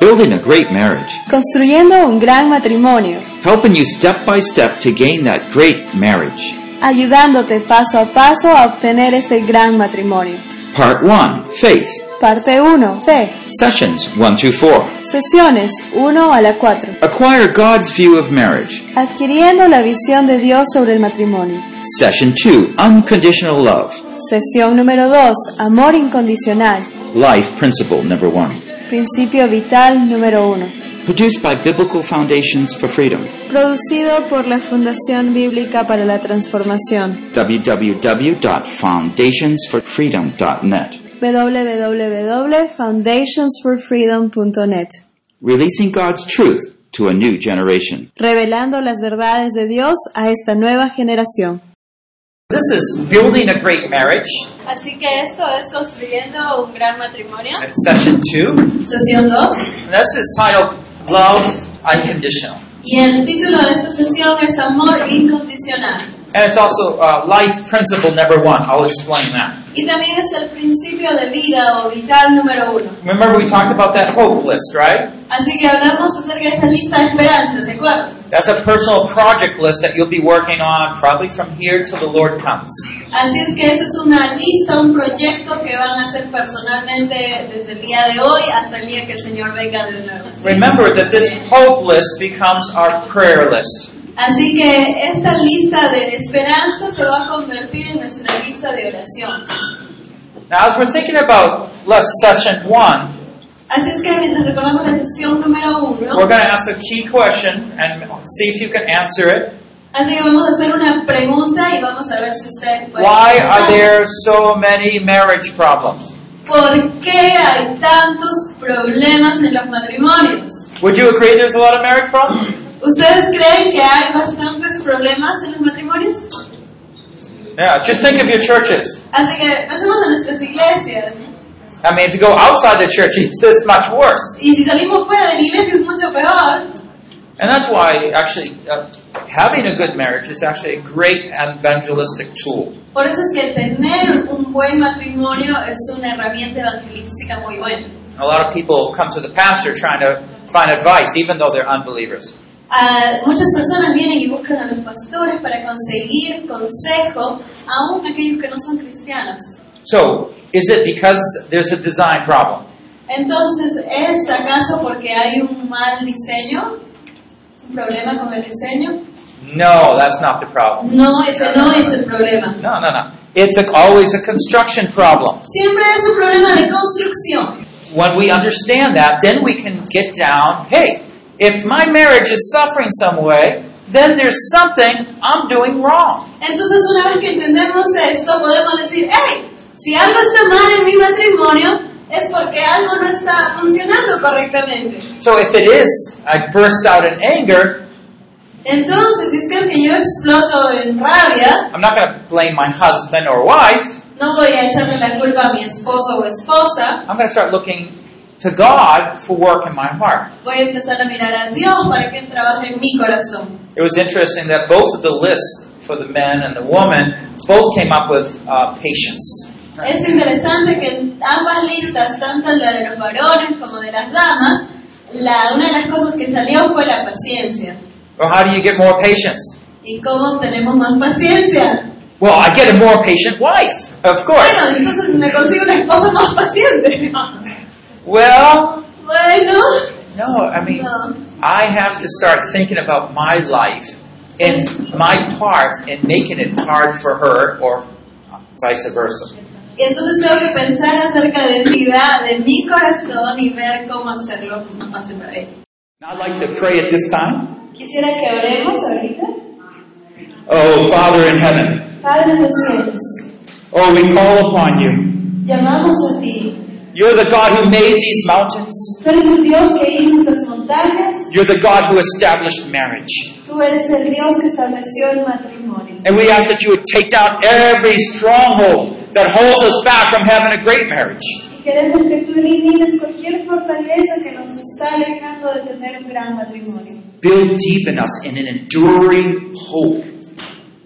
Building a great marriage. construyendo un gran matrimonio, Helping you step by step to gain that great marriage. ayudándote paso a paso a obtener ese gran matrimonio. Part 1 Faith. Parte 1. Fe. Sessions 1 through 4. Sesiones 1 a la 4. Acquire God's view of marriage. Adquiriendo la visión de Dios sobre el matrimonio. Session 2 Unconditional love. Sesión número 2. Amor incondicional. Life principle number 1. Principio vital número 1. Produced by Biblical Foundations for Freedom. Producido por la Fundación Bíblica para la Transformación. www.foundationsforfreedom.net. www.foundationsforfreedom.net. Releasing God's truth to a new generation. Revelando las verdades de Dios a esta nueva generación. This is Building a Great Marriage, Así que esto es construyendo un gran matrimonio. session 2. Sesión 2. And this is titled Love Unconditional. Y el título de esta sesión es Amor Incondicional. And it's also uh, life principle number one. I'll explain that. Y también es el principio de vida o vital número uno. Remember, we talked about that hope list, right? Así que hablamos acerca de esa lista de esperanzas, ¿de acuerdo? That's a personal project list that you'll be working on probably from here till the Lord comes. Así es que esa es una lista, un proyecto que van a hacer personalmente desde el día de hoy hasta el día que el Señor venga de nuevo. Remember that this hope list becomes our prayer list. Así que esta lista de esperanza se va a convertir en nuestra lista de oración. Now, as we're thinking about last session one, Así es que mientras recordamos la sesión número we're uno, going to ask a key question and see if you can answer it. así que vamos a hacer una pregunta y vamos a ver si usted puede. Why contestar. are there so many marriage problems? ¿Por qué hay tantos problemas en los matrimonios? Would you agree there's a lot of marriage problems? ¿Ustedes creen que hay bastantes problemas en los matrimonios? Yeah, just think of your churches. Así que pensemos en nuestras iglesias. I mean, if you go outside the church, it's, it's much worse. Y si salimos fuera de la iglesia es mucho peor. And that's why, actually, uh, having a good marriage is actually a great evangelistic tool. Por eso es que tener un buen matrimonio es una herramienta evangelística muy buena. A lot of people come to the pastor trying to find advice, even though they're unbelievers. Ah, muchas personas vienen y buscan a los pastores para conseguir consejo, aún aquellos que no son cristianos. So, is it because there's a design problem? Entonces, ¿es acaso porque hay un mal diseño? ¿Un problema con el diseño? No, that's not the problem. No, ese no es el problema. No, no, no. It's a, always a construction problem. Siempre es un problema de construcción. When we understand that, then we can get down, hey, if my marriage is suffering some way, then there's something I'm doing wrong. Entonces, una vez que entendemos esto, podemos decir, hey, si algo está mal en mi matrimonio, es porque algo no está funcionando correctamente. So if it is, I burst out in anger, Entonces, si es que, es que yo exploto en rabia, I'm not going to blame my husband or wife. no voy a echarle la culpa a mi esposo o esposa, I'm going to start looking to God for work in my heart. voy a empezar a mirar a Dios para que Él trabaje en mi corazón. It was interesting that both of the lists for the men and the woman both came up with uh, patience. Es interesante que en ambas listas, tanto la de los varones como de las damas, la, una de las cosas que salió fue la paciencia. Well, how do you get more patience? ¿Y cómo obtenemos más paciencia? Well, I get a more patient wife, of Bueno, course. entonces me consigo una esposa más paciente. Well, Bueno, no, I mean, No. I have to start thinking about my life and my part in making it hard for her or vice versa. y entonces tengo que pensar acerca de mi vida, de mi corazón y ver cómo hacerlo más fácil para él. I'd like to pray at this time. Quisiera que oremos ahorita. Oh, Father in heaven, Padre de los cielos, oh, we call upon you. llamamos a ti. You're the God who made these mountains. Tú eres el Dios que hizo estas montañas, You're the God who established marriage. tú eres el Dios que estableció el matrimonio. And we ask that you would take down every stronghold that holds us back from having a great marriage. Y queremos que tú elimines cualquier fortaleza que nos está alejando de tener un gran matrimonio. Build deep in us in an enduring hope.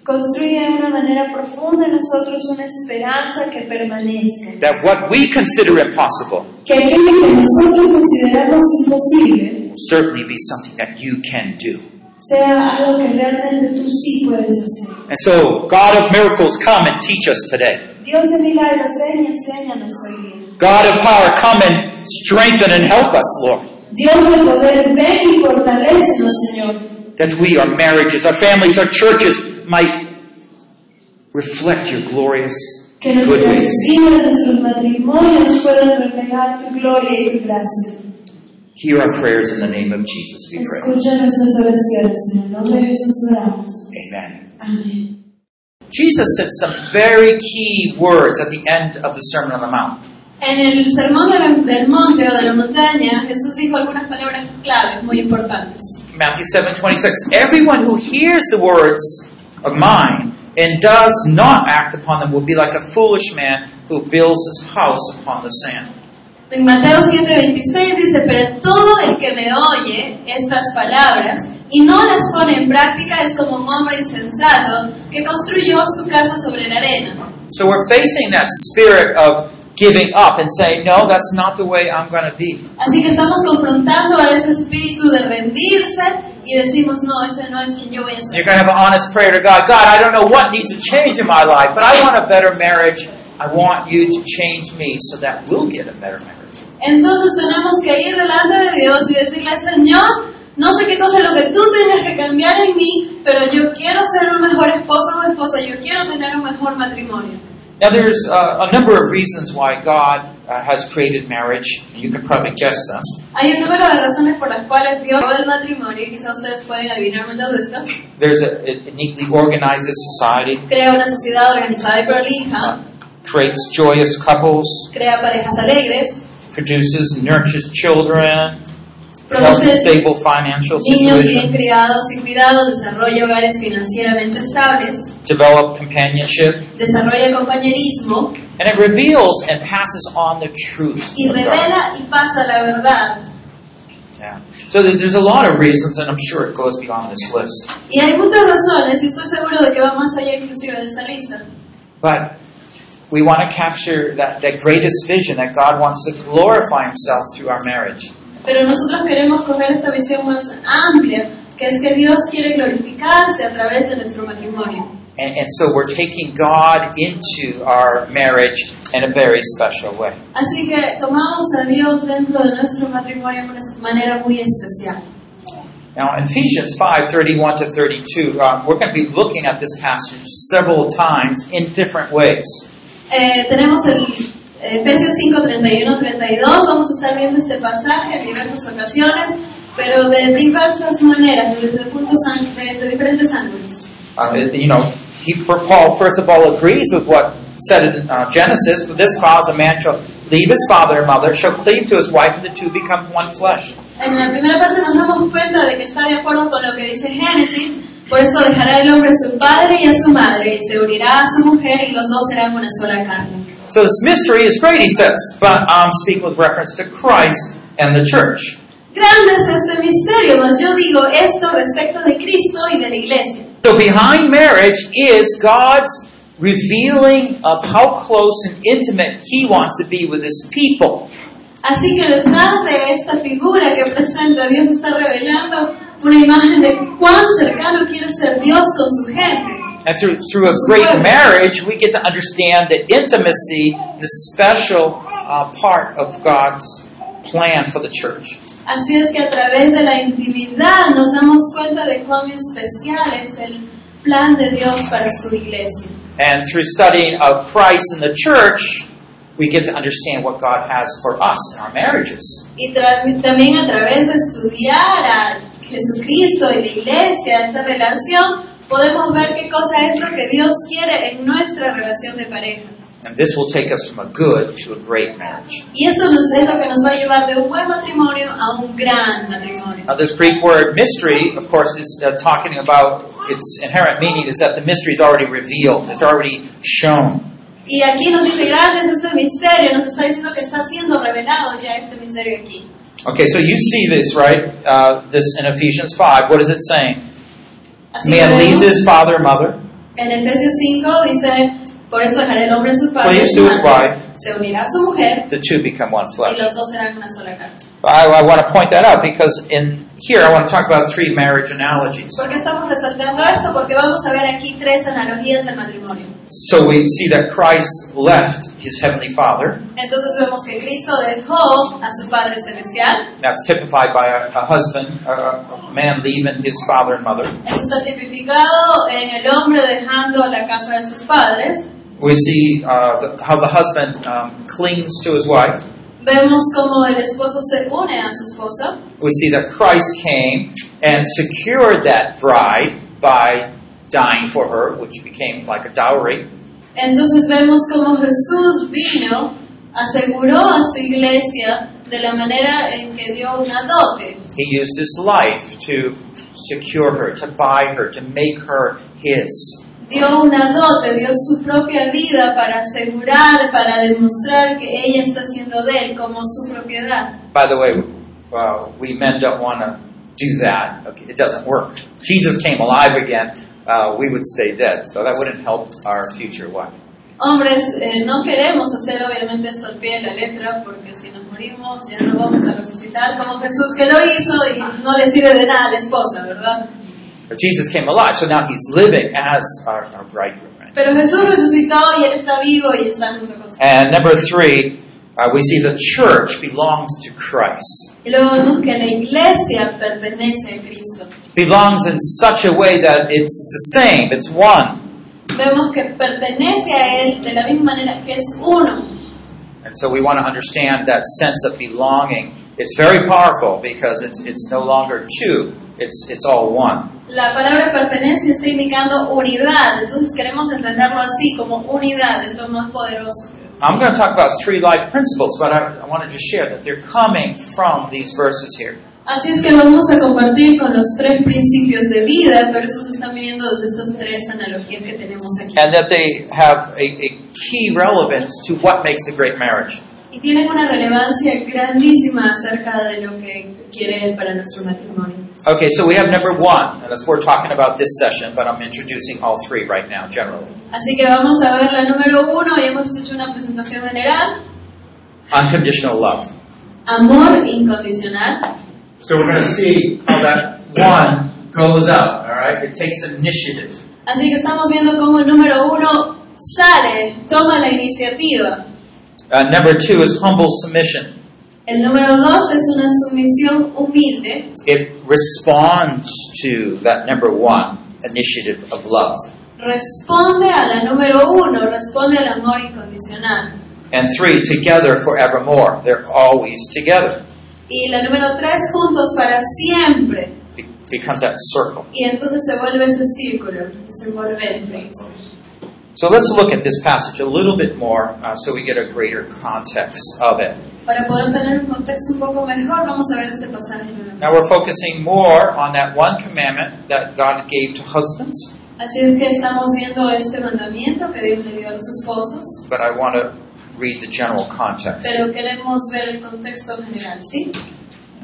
construye de una manera profunda en nosotros una esperanza que permanece. that what we consider impossible Que aquello que nosotros consideramos imposible will certainly be something that you can do. sea algo que realmente tú sí puedes hacer. And so, God of miracles, come and teach us today. Dios de milagros, ven y enséñanos hoy día. God of power, come and strengthen and help us, Lord, Dios de poder, ven y fortalécenos, Señor. that we, our marriages, our families, our churches might reflect your glorious Que good nuestras ways. vidas, nuestros matrimonios puedan reflejar tu gloria y tu gracia. Hear our prayers in the name of Jesus, we pray. Escucha nuestras oraciones. En el nombre de Jesús oramos. Amen. Amén. Jesus said some very key words at the end of the Sermon on the Mount. En el sermón de la- del monte o de la montaña, Jesús dijo algunas palabras claves muy importantes. Matthew seven twenty six. Everyone who hears the words of mine and does not act upon them will be like a foolish man who builds his house upon the sand. En Mateo 7:26 dice, pero todo el que me oye estas palabras y no las pone en práctica es como un hombre insensato que construyó su casa sobre la arena. So we're facing that spirit of giving up and saying, no, that's not the way I'm going to be. Así que estamos confrontando a ese espíritu de rendirse y decimos, no, ese no es quien yo voy a You're ser. going to have an honest prayer to God. God, I don't know what needs to change in my life, but I want a better marriage. I want you to change me so that we'll get a better marriage. Entonces tenemos que ir delante de Dios y decirle, Señor, no sé qué cosa es lo que tú tengas que cambiar en mí, pero yo quiero ser un mejor esposo o esposa, yo quiero tener un mejor matrimonio. Now, there's uh, a number of reasons why God uh, has created marriage. You can probably guess them. Hay un número de razones por las cuales Dios creó el matrimonio, y quizás ustedes pueden adivinar muchas de estas. There's a, it neatly organizes society, Crea una sociedad organizada y prolija, uh, creates joyous couples, crea parejas alegres, produces and nurtures children, develops a produce stable financial niños bien situation, criados y cuidados, desarrolla hogares financieramente estables, develop companionship, desarrolla compañerismo and it reveals and passes on the truth. y of God. revela y pasa la verdad Yeah. So there- there's a lot of reasons, and I'm sure it goes beyond this list. Y hay muchas razones, y estoy seguro de que va más allá inclusive de esta lista. But we want to capture that, that greatest vision that God wants to glorify Himself through our marriage. Pero nosotros queremos coger esta visión más amplia, que es que Dios quiere glorificarse a través de nuestro matrimonio. And, and so we're taking God into our marriage in a very special way. Así que tomamos a Dios dentro de nuestro matrimonio de una manera muy especial. Now, in Ephesians 5 31 to 32, uh, we're going to be looking at this passage several times in different ways. Eh, tenemos el eh, Efesios 5, 31, 32, vamos a estar viendo este pasaje en diversas ocasiones, pero de diversas maneras, desde, puntos, ang- desde diferentes ángulos. Uh, you know, he, for Paul, first of all, agrees with what said in uh, Genesis For this cause a man shall leave his father and mother, shall cleave to his wife, and the two become one flesh. En la primera parte nos damos cuenta de que está de acuerdo con lo que dice Génesis, por eso dejará el hombre a su padre y a su madre, y se unirá a su mujer, y los dos serán una sola carne. So this mystery is great, he says, but I'm speaking with reference to Christ and the church. Grande es este misterio, mas yo digo esto respecto de Cristo y de la iglesia. So behind marriage is God's revealing of how close and intimate He wants to be with His people. Así que detrás de esta figura que presenta, Dios está revelando una imagen de cuán cercano quiere ser Dios con su gente. And through, through a great marriage, we get to understand the intimacy, the special uh, part of God's plan for the church. Así es que a través de la intimidad nos damos cuenta de cuán especial es el plan de Dios para su iglesia. And through studying of Christ and the church, we get to understand what God has for us in our marriages. Y tra- también a través de estudiar a Jesucristo y la iglesia, esta relación, podemos ver qué cosa es lo que Dios quiere en nuestra relación de pareja. And this will take us from a good to a great marriage. Y eso nos es lo que nos va a llevar de un buen matrimonio a un gran matrimonio. Now, this Greek word mystery, of course, is uh, talking about its inherent meaning is that the mystery is already revealed, it's already shown. Y aquí nos dice, grande es este misterio, nos está diciendo que está siendo revelado ya este misterio aquí. Okay, so you see this, right? Uh, this in Ephesians 5. What is it saying? Así que Man leaves vemos- his father and mother, En Efesios 5 dice, por eso dejará el hombre en su padre, y Cleaves to su his madre, wife. se unirá a su mujer The two become one y flesh. los dos serán una sola carne. I, I want to point that out because in here I want to talk about three marriage analogies. ¿Por qué estamos resaltando esto? Porque vamos a ver aquí tres analogías del matrimonio. So we see that Christ left his heavenly Father. Entonces vemos que Cristo dejó a su Padre Celestial, That's typified by a, a husband, a, a a man leaving his father and mother. eso está tipificado en el hombre dejando la casa de sus padres. We see uh, the, how the husband um, clings to his wife. Vemos cómo el esposo se une a su esposa. We see that Christ came and secured that bride by dying for her, which became like a dowry. Entonces vemos cómo Jesús vino, aseguró a su iglesia de la manera en que dio una dote. He used his life to secure her, to buy her, to make her his. Dio una dote, dio su propia vida para asegurar, para demostrar que ella está siendo de él como su propiedad. By the way, uh, we men don't want to do that. Okay, it doesn't work. Jesus came alive again. Uh, we would stay dead, so that wouldn't help our future wife. Hombres, eh, no queremos hacer obviamente esto al pie de la letra porque si nos morimos ya no vamos a resucitar como Jesús que lo hizo y no le sirve de nada a la esposa, ¿verdad? But Jesus came alive, so now he's living as our, our bridegroom. Right? Pero Jesús resucitó y él está vivo y está junto con su And number three, uh, we see the church belongs to Christ. Y luego vemos que la iglesia pertenece a Cristo. Belongs in such a way that it's the same, it's one. Vemos que pertenece a Él de la misma manera que es uno. And so we want to understand that sense of belonging. It's very powerful because it's, it's no longer two, it's, it's all one. La palabra pertenencia está indicando unidad, entonces queremos entenderlo así, como unidad, es lo más poderoso. I'm going to talk about three life principles, but I, I want to just share that they're coming from these verses here. Así es que vamos a compartir con los tres principios de vida, pero esos están viniendo desde estas tres analogías que tenemos aquí. And that they have a, a key relevance to what makes a great marriage. Y tienen una relevancia grandísima acerca de lo que quiere Él para nuestro matrimonio. Okay, so we have number one, and that's we're talking about this session, but I'm introducing all three right now, generally. Así que vamos a ver la número uno y hemos hecho una presentación general. Unconditional love. Amor incondicional. So we're going to see how that one goes up, all right? It takes initiative. Así que estamos viendo cómo el número uno sale, toma la iniciativa. Uh, number two is humble submission. El número dos es una sumisión humilde. It responds to that number one initiative of love. Responde a la número uno, responde al amor incondicional. And three, together forevermore. They're always together. Y la número tres, juntos para siempre. It becomes that circle. Y entonces se vuelve ese círculo, es envolvente. So let's look at this passage a little bit more uh, so we get a greater context of it. Para poder tener un contexto un poco mejor, vamos a ver este pasaje nuevamente. Now we're focusing more on that one commandment that God gave to husbands, Así es que estamos viendo este mandamiento que Dios le dio a los esposos, but I want to read the general context. pero queremos ver el contexto general, ¿sí?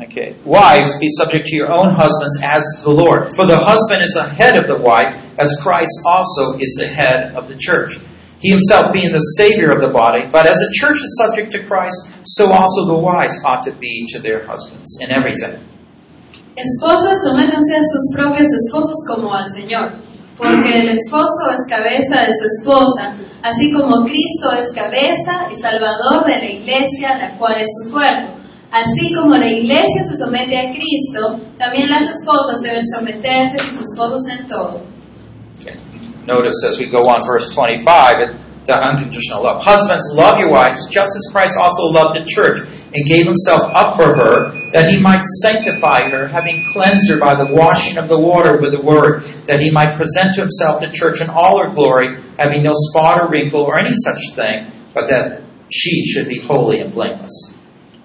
Okay. Wives, be subject to your own husbands as to the Lord. For the husband is the head of the wife, as Christ also is the head of the church. He himself being the Savior of the body, but as the church is subject to Christ, so also the wives ought to be to their husbands in everything. Esposas, sométanse a sus propios esposos como al Señor, porque el esposo es cabeza de su esposa, así como Cristo es cabeza y salvador de la iglesia, la cual es su cuerpo. Así como la iglesia se somete a Cristo, también las esposas deben someterse a sus esposos en todo. Okay. Notice as we go on, verse 25, it, the unconditional love. Husbands, love your wives, just as Christ also loved the church and gave himself up for her, that he might sanctify her, having cleansed her by the washing of the water with the word, that he might present to himself the church in all her glory, having no spot or wrinkle or any such thing, but that she should be holy and blameless.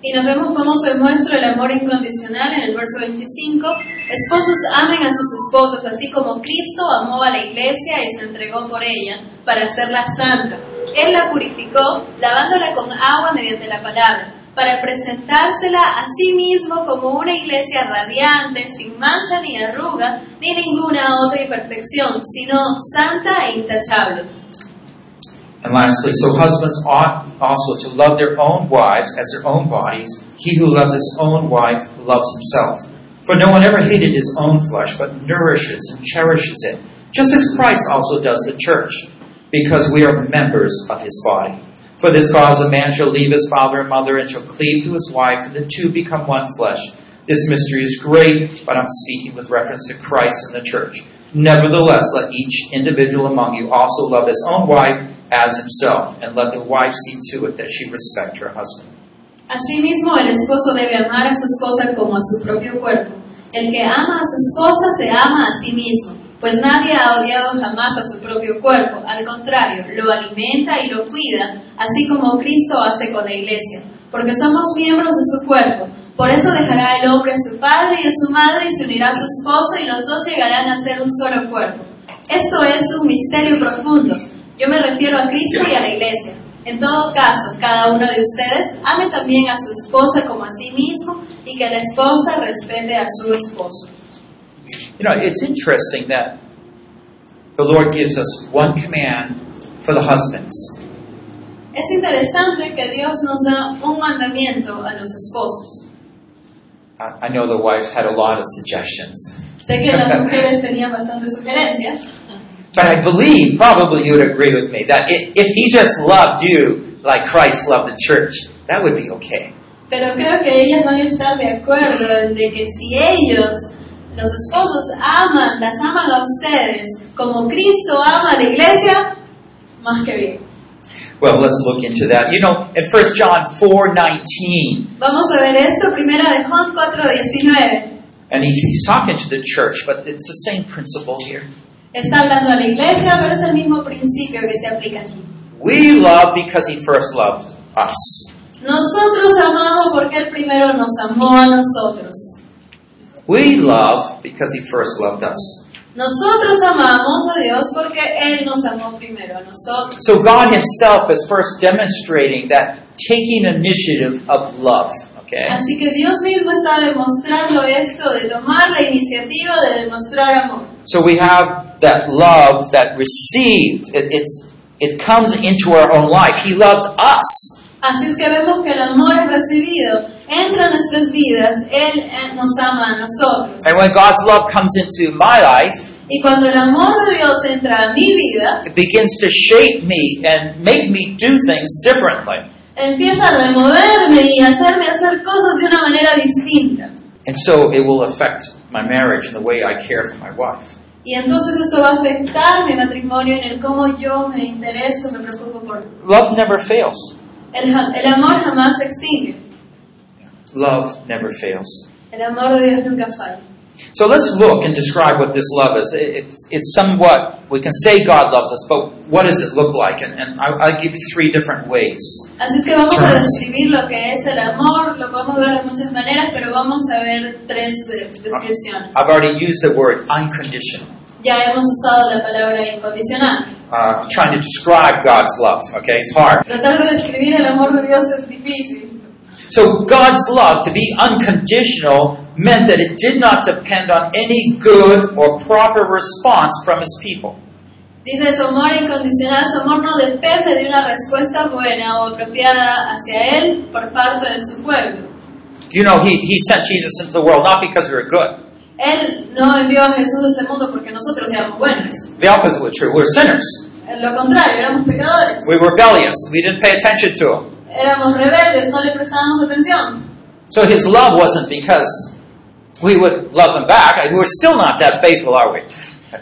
Y nos vemos cómo se muestra el amor incondicional en el verso 25. Esposos amen a sus esposas, así como Cristo amó a la iglesia y se entregó por ella para hacerla santa. Él la purificó, lavándola con agua mediante la palabra, para presentársela a sí mismo como una iglesia radiante, sin mancha ni arruga, ni ninguna otra imperfección, sino santa e intachable. And lastly, so husbands ought also to love their own wives as their own bodies. He who loves his own wife loves himself. For no one ever hated his own flesh, but nourishes and cherishes it, just as Christ also does the church, because we are members of his body. For this cause a man shall leave his father and mother and shall cleave to his wife, and the two become one flesh. This mystery is great, but I'm speaking with reference to Christ and the church. Nevertheless, let each individual among you also love his own wife as himself, and let the wife see to it that she respect her husband. Asimismo, el esposo debe amar a su esposa como a su propio cuerpo. El que ama a su esposa se ama a sí mismo, pues nadie ha odiado jamás a su propio cuerpo. Al contrario, lo alimenta y lo cuida, así como Cristo hace con la iglesia, porque somos miembros de su cuerpo. Por eso dejará el hombre a su padre y a su madre y se unirá a su esposa y los dos llegarán a ser un solo cuerpo. Esto es un misterio profundo. Yo me refiero a Cristo y a la iglesia. En todo caso, cada uno de ustedes ame también a su esposa como a sí mismo y que la esposa respete a su esposo. You know, it's interesting that the Lord gives us one command for the husbands. Es interesante que Dios nos da un mandamiento a los esposos. I I know the wives had a lot of suggestions, Sé que las mujeres tenían bastantes sugerencias, but I believe probably you would agree with me that i- if He just loved you like Christ loved the church, that would be okay. pero creo que ellas van a estar de acuerdo en de que si ellos, los esposos, aman, las aman a ustedes como Cristo ama a la iglesia, más que bien. Well, let's look into that. You know, in 1 John 4:19, Vamos a ver esto, primera de Juan 4:19. and he's, he's talking to the church, but it's the same principle here. Está hablando a la iglesia, pero es el mismo principio que se aplica aquí. We love because he first loved us. Nosotros amamos porque Él primero nos amó a nosotros. We love because he first loved us. Nosotros amamos a Dios porque Él nos amó primero a nosotros. So God himself is first demonstrating that taking initiative of love, okay? Así que Dios mismo está demostrando esto de tomar la iniciativa de demostrar amor. So we have that love that received, it, it's, it comes into our own life. He loved us. Así es que vemos que el amor es recibido, entra en nuestras vidas, Él eh, nos ama a nosotros. And when God's love comes into my life, Y cuando el amor de Dios entra a mi vida, it begins to shape me and make me do things differently. empieza a removerme y hacerme hacer cosas de una manera distinta. And so it will affect my marriage and the way I care for my wife. Y entonces esto va a afectar mi matrimonio en el cómo yo me intereso, me preocupo por... Love never fails. El, ja- el amor jamás se extingue. Love never fails. El amor de Dios nunca falla. So let's look and describe what this love is. It- It's, it's somewhat, we can say God loves us, but what does it look like? And, and I, I'll give you three different ways. Así es que vamos a describir lo que es el amor, lo podemos ver de muchas maneras, pero vamos a ver tres eh, descripciones. I've already used the word unconditional, Ya hemos usado la palabra incondicional. uh, trying to describe God's love, okay? It's hard. Tratar de describir el amor de Dios es difícil. So God's love, to be unconditional, meant that it did not depend on any good or proper response from His people. Dice, su amor incondicional, su amor no depende de una respuesta buena o apropiada hacia él por parte de su pueblo. You know, he, he sent Jesus into the world not because we were good. Él no envió a Jesús a este mundo porque nosotros éramos buenos. The opposite was true. We were sinners. En lo contrario, éramos pecadores. We were rebellious. We didn't pay attention to him. Éramos rebeldes, no le prestábamos atención. So his love wasn't because we would love him back. We're still not that faithful, are we?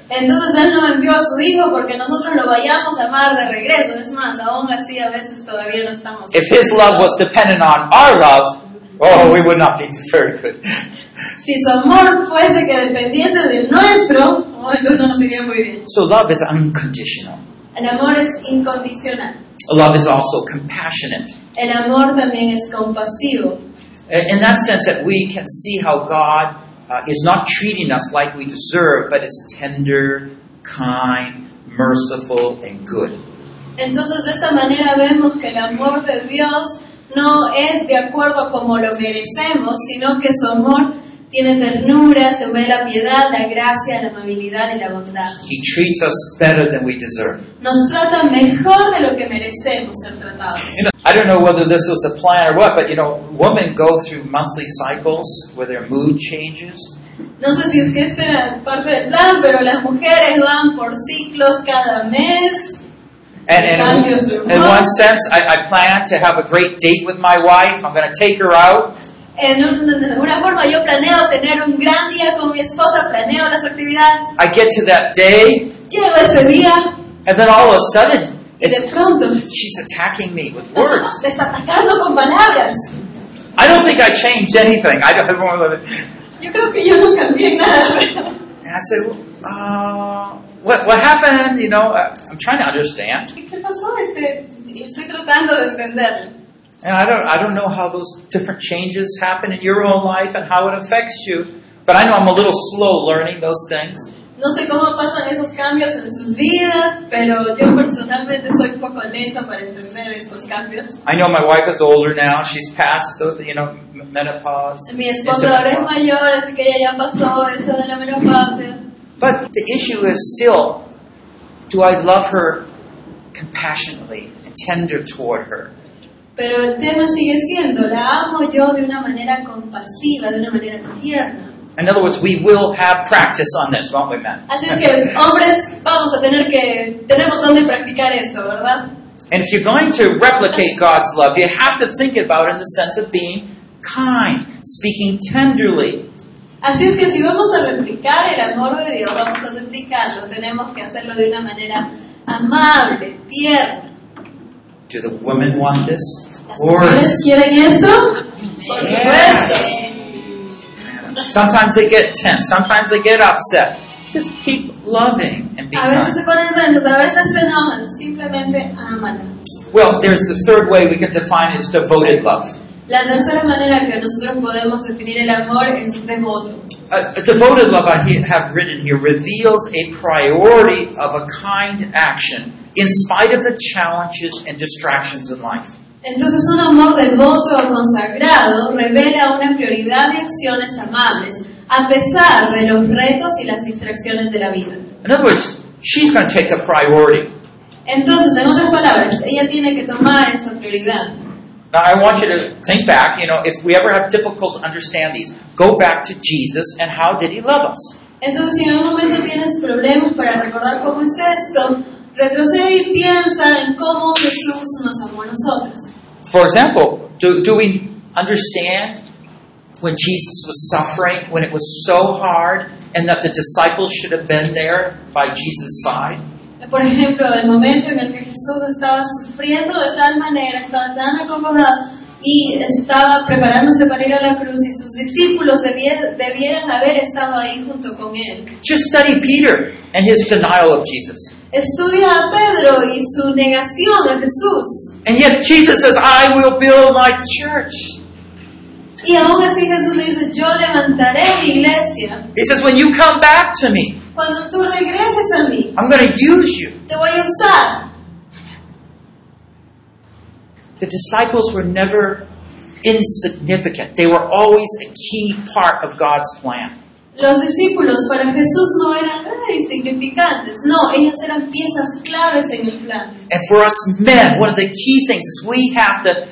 Entonces él no envió a su hijo porque nosotros lo vayamos a amar de regreso. Es más, aún así a veces todavía no estamos. If his love was dependent on our love, oh, we would not be very good. Si su amor fuese que dependiese del nuestro, oh, entonces no nos iría muy bien. So love is unconditional. El amor es incondicional. Love is also compassionate. El amor también es compasivo. In in that sense, that we can see how God uh, is not treating us like we deserve, but is tender, kind, merciful, and good. Entonces de esta manera vemos que el amor de Dios no es de acuerdo a como lo merecemos, sino que su amor tiene ternura, se ve la piedad, la gracia, la amabilidad y la bondad. He treats us better than we deserve. Nos trata mejor de lo que merecemos ser tratados. You know, I don't know whether this was a plan or what, but you know, women go through monthly cycles where their mood changes. No sé si es que esta era parte del plan, pero las mujeres van por ciclos cada mes. And, and in, in one sense, I, I plan to have a great date with my wife. I'm going to take her out. En un- de alguna forma yo planeo tener un gran día con mi esposa, planeo las actividades. I get to that day, Llego ese día and then all of a sudden, y de it's, pronto she's attacking me with words. me está atacando con palabras. I don't think I changed anything. I don't, I don't know. Yo creo que yo no cambié nada. ¿verdad? And I said, uh, what, what happened? You know, I, I'm trying to understand. ¿Qué pasó? Este, estoy tratando de entenderlo. And I don't, I don't know how those different changes happen in your own life and how it affects you. But I know I'm a little slow learning those things. No sé cómo pasan esos cambios en sus vidas, pero yo personalmente soy un poco lenta para entender estos cambios. I know my wife is older now. She's past, those, you know, m- menopause. Mi esposo ahora es It's a- mayor, así que ella ya pasó eso de la menopausia. But the issue is still, do I love her compassionately and tender toward her? Pero el tema sigue siendo, la amo yo de una manera compasiva, de una manera tierna. In other words, we will have practice on this, won't we, Matt? Así es que, hombres, vamos a tener que, tenemos donde practicar esto, ¿verdad? And if you're going to replicate God's love, you have to think about it in the sense of being kind, speaking tenderly. Así es que si vamos a replicar el amor de Dios, vamos a replicarlo, tenemos que hacerlo de una manera amable, tierna. Do the women want this? Of ¿Las mujeres course. quieren esto? Por Yes. supuesto. Sometimes they get tense, sometimes they get upset. Just keep loving and be A veces se kind. ponen lentos, a veces se enojan, simplemente ámala. Well, there's the third way we can define it is devoted love. La tercera manera que nosotros podemos definir el amor es devoto. Uh, A, a devoted love I he- have written here reveals a priority of a kind action in spite of the challenges and distractions in life. Entonces un amor devoto o consagrado revela una prioridad de acciones amables, a pesar de los retos y las distracciones de la vida. In other words, she's going to take a priority. Entonces, en otras palabras, ella tiene que tomar esa prioridad. Now, I want you to think back. You know, if we ever have difficult to understand these, go back to Jesus and how did he love us? Entonces, si en un momento tienes problemas para recordar cómo es esto, retrocede y piensa en cómo Jesús nos amó a nosotros. For example, do, do we understand when Jesus was suffering, when it was so hard, and that the disciples should have been there by Jesus' side? Por ejemplo, el momento en el que Jesús estaba sufriendo de tal manera, estaba tan acomodado y estaba preparándose para ir a la cruz y sus discípulos debie- debieran haber estado ahí junto con él. Just study Peter and his denial of Jesus. Estudia a Pedro y su negación a Jesús. And yet Jesus says, I will build my church. Y aún así Jesús le dice, yo levantaré mi iglesia. He says, when you come back to me, Cuando tú regreses a mí, I'm going to use you. te voy a usar. The disciples were never insignificant. They were always a key part of God's plan. Los discípulos para Jesús no eran nada insignificantes, no, ellos eran piezas claves en el plan. And for us men, one of the key things is we have to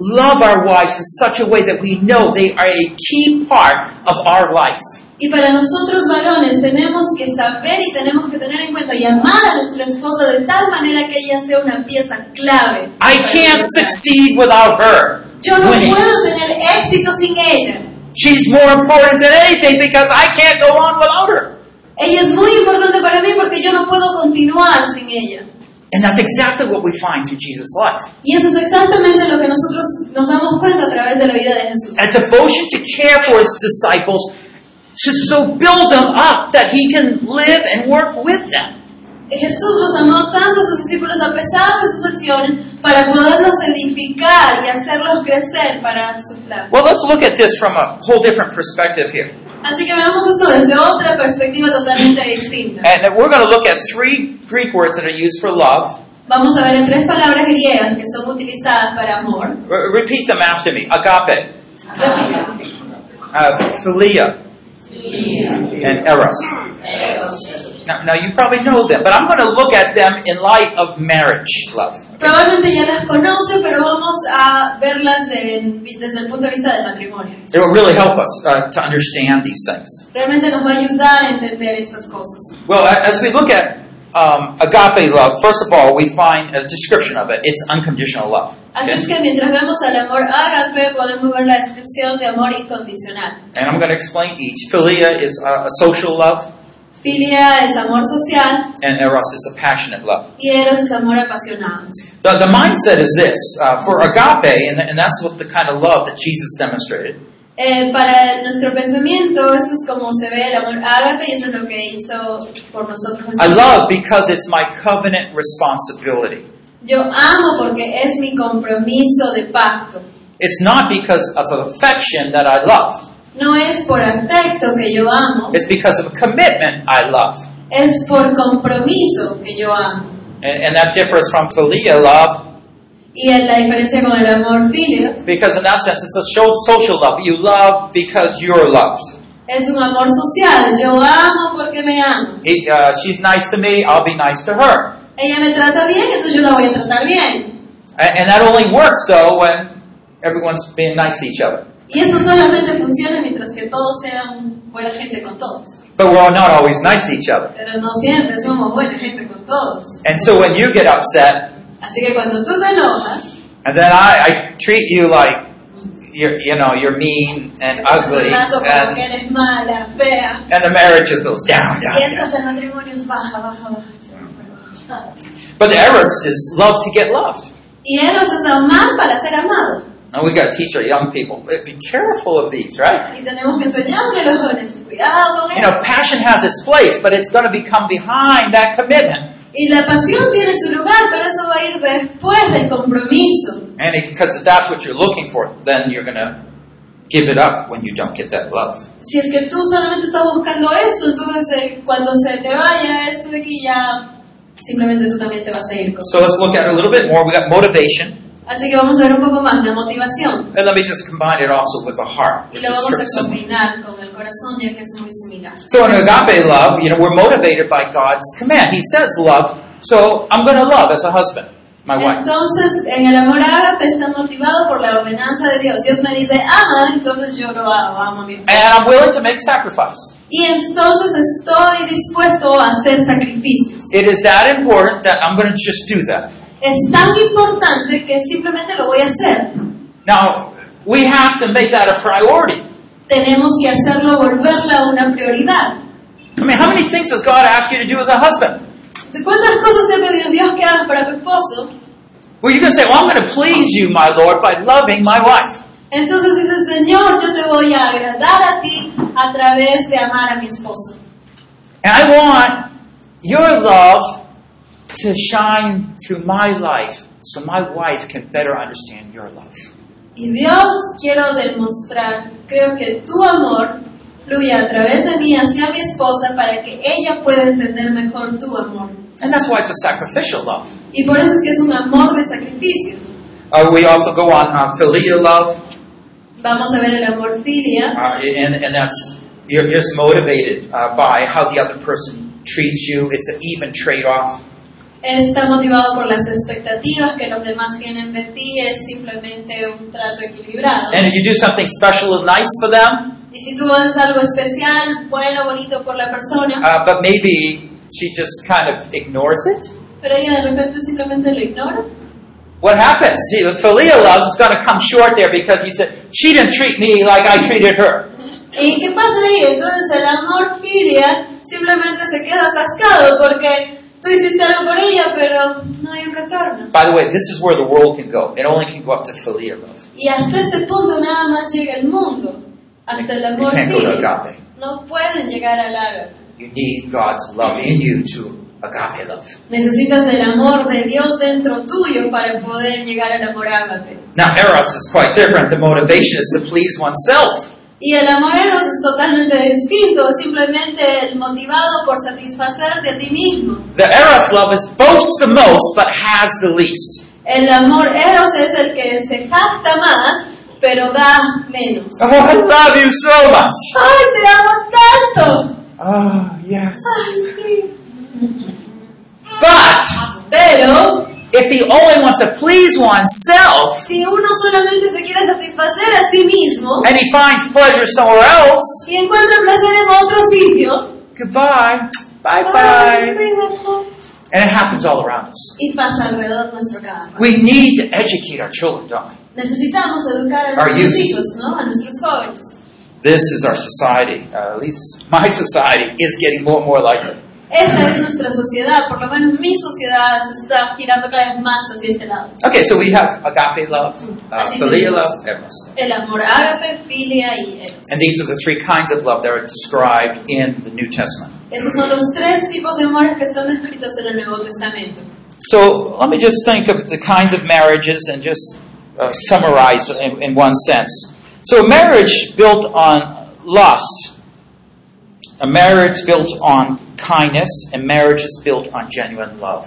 love our wives in such a way that we know they are a key part of our life. Y para nosotros varones tenemos que saber y tenemos que tener en cuenta y amar a nuestra esposa de tal manera que ella sea una pieza clave. I can't succeed without her. Yo no winning. puedo tener éxito sin ella. She's more important than anything because I can't go on without her. Ella es muy importante para mí porque yo no puedo continuar sin ella. And that's exactly what we find through Jesus' life. Y eso es exactamente lo que nosotros nos damos cuenta a través de la vida de Jesús. a devotion to care for his disciples to so build them up that he can live and work with them. Eh, Jesús los amó tanto a sus discípulos a pesar de sus acciones para poderlos edificar y hacerlos crecer para su plan. Well, let's look at this from a whole different perspective here. Así que veamos esto desde otra perspectiva totalmente distinta. And we're going to look at three Greek words that are used for love. Vamos a ver en tres palabras griegas que son utilizadas para amor. Re- repeat them after me. Agape, Repito. uh, philia, and eros. Now, now you probably know them, but I'm going to look at them in light of marriage love. Probablemente ya las conoce, pero vamos a verlas de- desde el punto de vista del matrimonio. It will really help us uh, to understand these things. Realmente nos va a ayudar a entender estas cosas. Well, a- as we look at um, agape love, first of all, we find a description of it. It's unconditional love. Así okay? es que mientras vemos al amor ágape, podemos ver la descripción de amor incondicional. And I'm going to explain each. Philia is a, a social love, Filia es amor social and eros is a passionate love. y eros es amor apasionado. The, the mindset is this uh, for agape, and, and that's what the kind of love that Jesus demonstrated. Eh, para nuestro pensamiento, esto es como se ve el amor ágape y eso es lo que hizo por nosotros. I Jesús. love because it's my covenant responsibility. Yo amo porque es mi compromiso de pacto. It's not because of affection that I love, No es por afecto que yo amo, it's because of a commitment I love. es por compromiso que yo amo. And, and that differs from philia love Y es la diferencia con el amor filio. because, in that sense, it's a sho- social love. You love because you're loved. Es un amor social. Yo amo porque me amo. He, uh, she's nice to me, I'll be nice to her. Ella me trata bien, entonces yo la voy a tratar bien. And, and that only works though when everyone's being nice to each other. Y esto solamente funciona mientras que todos sean buena gente con todos. But we're all not always nice to each other. Pero no siempre somos buena gente con todos. And so when you get upset, Así que cuando tú te enojas, and then I, I treat you like you're, you know, you're mean and ugly, tratando como que and, eres mala, fea, and the marriage just goes down, y down, down. entras en matrimonios baja, baja, baja. But the eros is love to get loved. Y Eros es amar para ser amado. And we got to teach our young people be careful of these, right? Y tenemos que enseñarle a los jóvenes, cuidado con You eso. know, passion has its place, but it's going to become behind that commitment. Y la pasión tiene su lugar, pero eso va a ir después del compromiso. And because if that's what you're looking for, then you're going to give it up when you don't get that love. Si es que tú solamente estás buscando esto, entonces eh, cuando se te vaya esto de aquí ya, simplemente tú también te vas a ir con So let's look at it a little bit more. We got motivation, Así que vamos a ver un poco más la motivación. and let me just combine it also with the heart. Y which lo is vamos very a similar. combinar con el corazón, ya que es muy similar. So in agape love, you know, we're motivated by God's command. He says love, so I'm going to love as a husband, my wife. Entonces, en el amor ágape está motivado por la ordenanza de Dios. Dios me dice, ama, entonces yo lo hago, amo a mi And I'm willing to make sacrifice. Y entonces estoy dispuesto a hacer sacrificios. It is that important that I'm going to just do that. Es tan importante que simplemente lo voy a hacer. Now, we have to make that a priority. Tenemos que hacerlo, volverla una prioridad. I mean, how many things does God ask you to do as a husband? ¿De cuántas cosas te ha pedido Dios que hagas para tu esposo? Well, you can say, well, I'm going to please you, my Lord, by loving my wife. Entonces dices, Señor, yo te voy a agradar a ti a través de amar a mi esposo. And I want your love to shine through my life so my wife can better understand your love. Y Dios, quiero demostrar, creo que tu amor fluya a través de mí hacia mi esposa para que ella pueda entender mejor tu amor. And that's why it's a sacrificial love. Y por eso es que es un amor de sacrificios. Uh, we also go on uh, philia love, Vamos a ver el amor filia. uh, and, and that's you're just motivated uh, by how the other person treats you. It's an even trade off. Está motivado por las expectativas que los demás tienen de ti, es simplemente un trato equilibrado. And if you do something special and nice for them, Y si tú haces algo especial, bueno, bonito por la persona, uh, but maybe she just kind of ignores it, pero ella de repente simplemente lo ignora, what happens? See, the philia love is going to come short there because you said, she didn't treat me like I treated her. ¿y qué pasa ahí? Entonces el amor filia simplemente se queda atascado porque tú hiciste algo por ella, pero no hay un retorno. By the way, this is where the world can go. It only can go up to philia love. Y hasta este punto nada más llega el mundo, hasta el You amor can't go to filia. agape. No pueden llegar al ágape. You need God's love in you to agape love. Necesitas el amor de Dios dentro tuyo para poder llegar al amor ágape. Now, eros is quite different. The motivation is to please oneself. Y el amor eros es totalmente instinto, es simplemente el motivado por satisfacerte a ti mismo. The Eros love is boasts the most but has the least. El amor eros es el que se jacta más, pero da menos. Oh, I love you so much. ¡Ay, te amo tanto! Oh, yes. Ay, sí. But Pero if he only wants to please oneself si uno solamente se quiere satisfacer a sí mismo and he finds pleasure somewhere else, y encuentra placer en otro sitio, goodbye. Bye ay, bye. cuídate. And it happens all around us. y pasa alrededor nuestro cada cual. We need to educate our children, don't we? Necesitamos educar a Our nuestros youth. hijos, ¿no? A nuestros jóvenes. This is our society, uh, at least my society, is getting more and more like it. Esa es nuestra sociedad, por lo menos mi sociedad se está girando cada vez más hacia este lado. Okay, so we have agape love, uh, philia love, eros. El amor ágape, filia y eros. And these are the three kinds of love that are described in the New Testament. Estos son los tres tipos de amores que están descritos en el Nuevo Testamento. So let me just think of the kinds of marriages and just uh, summarize in, in one sense. So a marriage built on lust, a marriage built on kindness, and marriage is built on genuine love.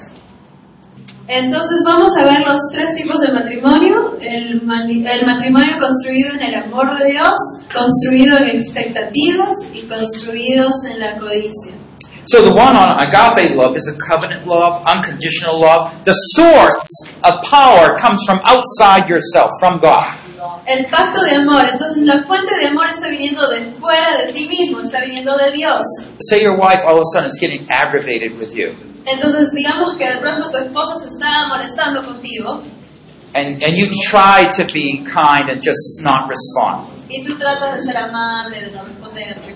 Entonces vamos a ver los tres tipos de matrimonio. El, mani- el matrimonio construido en el amor de Dios, construido en expectativas y construidos en la codicia. So the one on agape love is a covenant love, unconditional love. The source of power comes from outside yourself, from God. El pacto de amor, entonces la fuente de amor está viniendo de fuera de ti mismo, está viniendo de Dios. Say your wife all of a sudden is getting aggravated with you, Entonces digamos que de pronto tu esposa se está molestando contigo and, and you try to be kind and just not respond. y tú tratas de ser amable, de no responderle.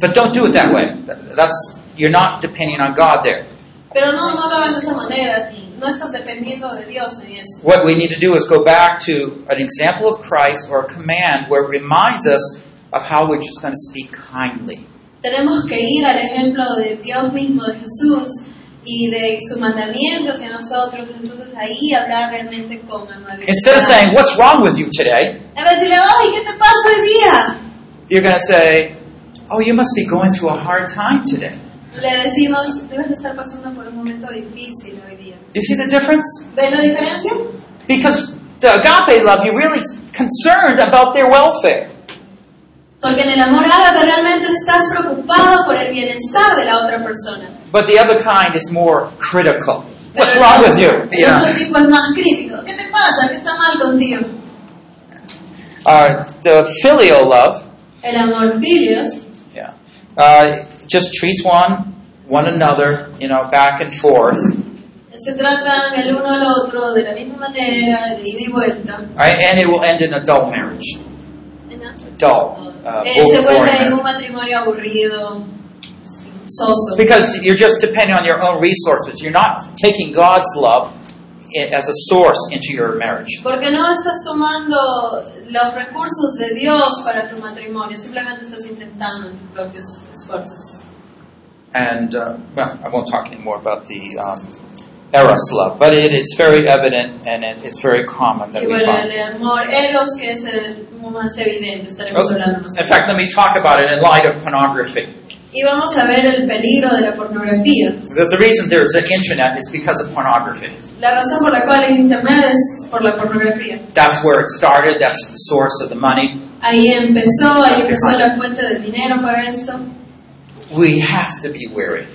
But don't do it that way. That's you're not depending on God there. Pero no, no lo hagas de esa manera, no estás dependiendo de Dios en eso. What we need to do is go back to an example of Christ or a command where it reminds us of how we're just going to speak kindly. Tenemos que ir al ejemplo de Dios mismo, de Jesús y de su mandamiento hacia nosotros. Entonces ahí hablar realmente con amabilidad. Instead of saying, "What's wrong with you today?" En vez de decirle, ay, ¿qué te pasa hoy día? You're going to say, Oh, you must be going through a hard time today. Le decimos, debes estar pasando por un momento difícil hoy día. You see the difference? ¿Ven la diferencia? Because the agape love, you're really concerned about their welfare. Porque en el amor ágape realmente estás preocupado por el bienestar de la otra persona. But the other kind is more critical. Pero What's el wrong otro- with you? El otro tipo es más crítico. ¿Qué te pasa? ¿Qué está mal contigo? Uh, the filial love, El amor filios yeah, uh, just treats one, one another, you know, back and forth, Se tratan el uno al otro de la misma manera, de ida y vuelta. right? And it will end in a dull marriage. Dull. Uh, Eh, se boring vuelve en marriage. un matrimonio aburrido, soso. Because you're just depending on your own resources. You're not taking God's love i- as a source into your marriage. Porque no estás tomando los recursos de Dios para tu matrimonio, simplemente estás intentando en tus propios esfuerzos. And uh, well, I won't talk anymore about the um, eros love, but it, it's very evident and it, it's very common that Y we bueno, find. el amor eros, que es el más evidente, estaremos Oh, hablando más. in fact, let me talk about it in light of pornography. Y vamos a ver el peligro de la pornografía. The, the reason there's an internet is because of pornography. La razón por la cual el Internet es por la pornografía. That's where it started. That's the source of the money. Ahí empezó, ahí empezó la fuente de dinero para esto. We have to be wary.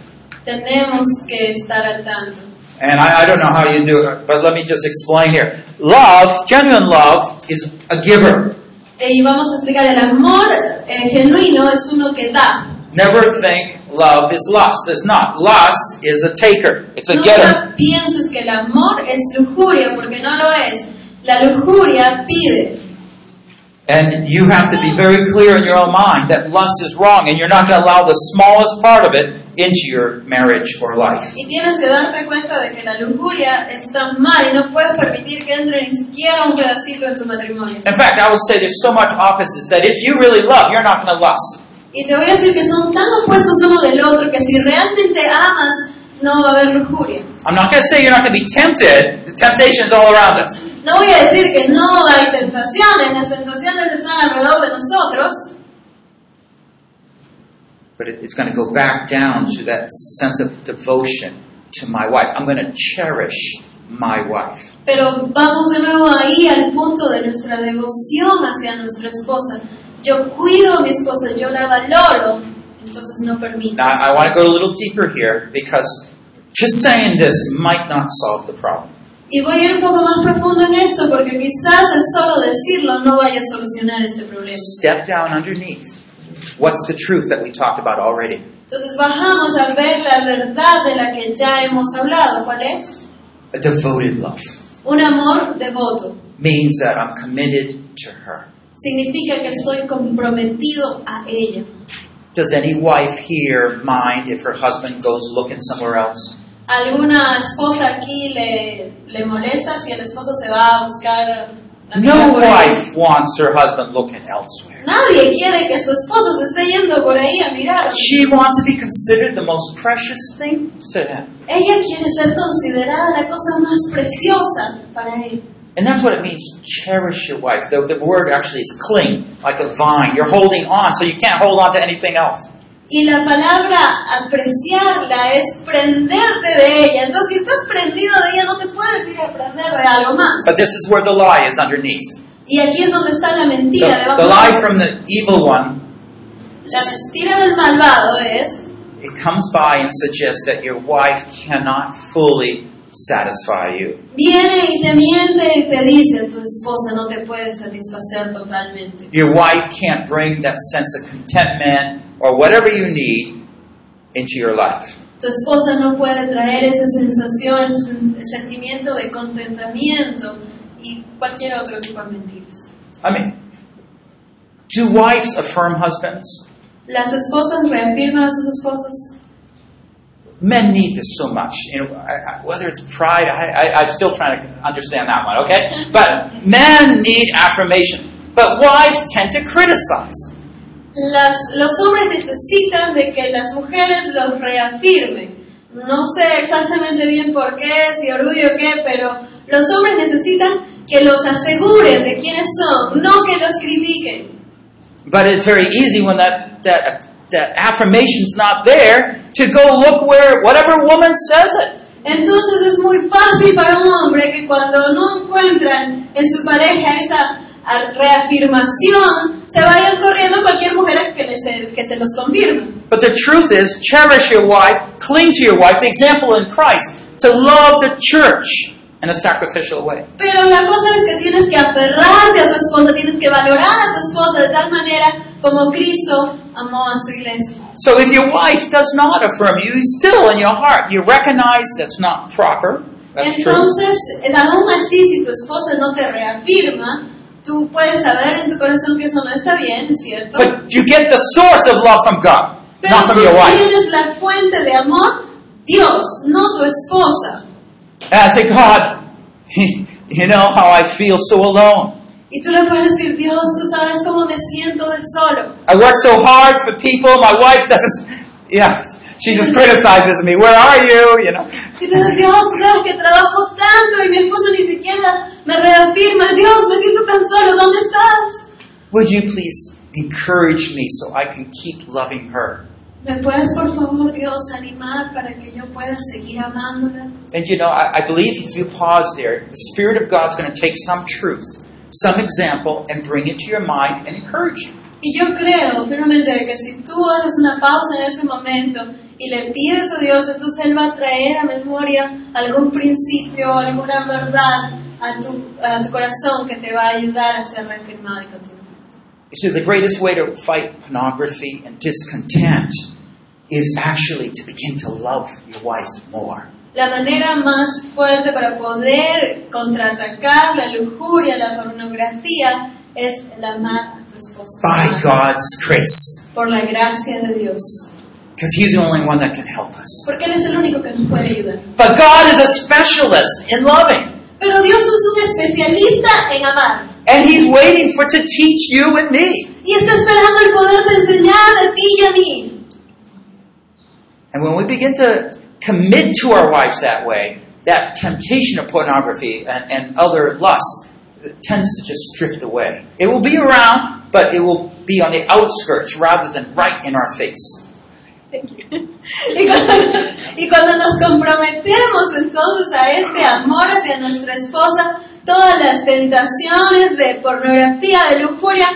Tenemos que estar al tanto. And I, I don't know how you do it, but let me just explain here. Love, genuine love, is a giver. Eh, Y vamos a explicar, el amor eh, genuino es uno que da. Never think love is lust. It's not. Lust is a taker. It's a getter. Nunca pienses que el amor es lujuria, porque no lo es. La lujuria pide. And you have to be very clear in your own mind that lust is wrong and you're not going to allow the smallest part of it into your marriage or life. Y tienes que darte cuenta de que la lujuria está mal y no puedes permitir que entre ni siquiera un pedacito en tu matrimonio. In fact, I would say there's so much opposites that if you really love, you're not going to lust. Y te voy a decir que son tan opuestos uno del otro que si realmente amas, no va a haber lujuria. I'm not going to say you're not going to be tempted. The temptation is all around us. No voy a decir que no hay tentaciones, las tentaciones están alrededor de nosotros, but it, it's going to go back down to that sense of devotion to my wife. I'm going to cherish my wife. Pero vamos de nuevo ahí al punto de nuestra devoción hacia nuestra esposa. Yo cuido a mi esposa, yo la valoro, entonces no permito. Now, I want to go a little deeper here because just saying this might not solve the problem. Y voy a ir un poco más profundo en esto porque quizás el solo decirlo no vaya a solucionar este problema. Step down underneath. What's the truth that we talked about already? Entonces bajamos a ver la verdad de la que ya hemos hablado. ¿Cuál es? A devoted love Un amor devoto. means that I'm committed to her. Significa que estoy comprometido a ella. Does any wife here mind if her husband goes looking somewhere else? ¿Alguna esposa aquí le, le molesta si el esposo se va a buscar a- a No por ahí? wife wants her husband looking elsewhere. Nadie quiere que su esposo se esté yendo por ahí a mirar. She wants to be considered the most precious thing to him. Ella quiere ser considerada la cosa más preciosa para él. And that's what it means, cherish your wife. The, the word actually is cling, like a vine. You're holding on, so you can't hold on to anything else. Y la palabra apreciarla es prenderte de ella. Entonces, si estás prendido de ella, no te puedes ir a prender de algo más. But this is where the lie is underneath. Y aquí es donde está la mentira. The, debajo the de lie from the evil one, La mentira del malvado es it comes by and suggests that your wife cannot fully satisfy you. Viene y te miente y te dice, tu esposa no te puede satisfacer totalmente. Your wife can't bring that sense of contentment or whatever you need into your life. Tu esposa no puede traer esa sensación, ese sen- sentimiento de contentamiento y cualquier otro tipo de mentiras. I mean, do wives affirm husbands? Las esposas reafirman a sus esposos. Men need this so much. You know, I, I, whether it's pride, I, I, I'm still trying to understand that one, okay? But men need affirmation. But wives tend to criticize. Las, los hombres necesitan de que las mujeres los reafirmen. No sé exactamente bien por qué, si orgullo o qué, pero los hombres necesitan que los aseguren de quiénes son, no que los critiquen. But it's very easy when that, that, that affirmation's not there to go look where whatever woman says it. Entonces es muy fácil para un hombre que cuando no encuentran en su pareja esa a- reafirmación, se vayan corriendo a cualquier mujer que, les, eh, que se los confirme. But the truth is, cherish your wife, cling to your wife, the example in Christ, to love the church in a sacrificial way. Pero la cosa es que tienes que aferrarte a tu esposa, tienes que valorar a tu esposa de tal manera como Cristo amó a su iglesia. So if your wife does not affirm you, still in your heart, you recognize that's not proper. That's true. Entonces, eh, aún así, si tu esposa no te reafirma, tú puedes saber en tu corazón que eso no está bien, ¿es ¿cierto? But you get the source of love from God, Pero not tú from your wife. tienes la fuente de amor, Dios, no tu esposa. And I say, God, you know how I feel so alone. Y tú le puedes decir, Dios, tú sabes cómo me siento del solo. I work so hard for people. My wife doesn't. Yeah, she just criticizes me. Where are you? You know. Y tú dices, Dios, tú sabes que trabajo tanto y mi esposo ni siquiera me reafirma. Dios, me siento tan solo, ¿dónde estás? Would you please encourage me so I can keep loving her? ¿Me puedes, por favor, Dios, animar para que yo pueda seguir amándola? And you know, I, I believe if you pause there, the Spirit of God's going to take some truth, some example, and bring it to your mind and encourage you. Y yo creo firmemente de que si tú haces una pausa en ese momento y le pides a Dios, entonces Él va a traer a memoria algún principio, alguna verdad a tu, a tu corazón que te va a ayudar a ser reafirmado y continuar. You see, the greatest way to fight pornography and discontent is actually to begin to love your wife more. La manera más fuerte para poder contraatacar la lujuria, la pornografía, es el amar a tu esposa. By más, God's grace. Por la gracia de Dios. Because He's the only one that can help us. Porque Él es el único que nos puede ayudar. But God is a specialist in loving. Pero Dios es un especialista en amar. And He's waiting for to teach you and me. Y está esperando el poder de enseñar a ti y a mí. And when we begin to commit to our wives that way, that temptation of pornography and, and other lusts tends to just drift away. It will be around, but it will be on the outskirts rather than right in our face. Y cuando, y cuando nos comprometemos entonces a este amor hacia nuestra esposa, todas las tentaciones de pornografía, de lujuria,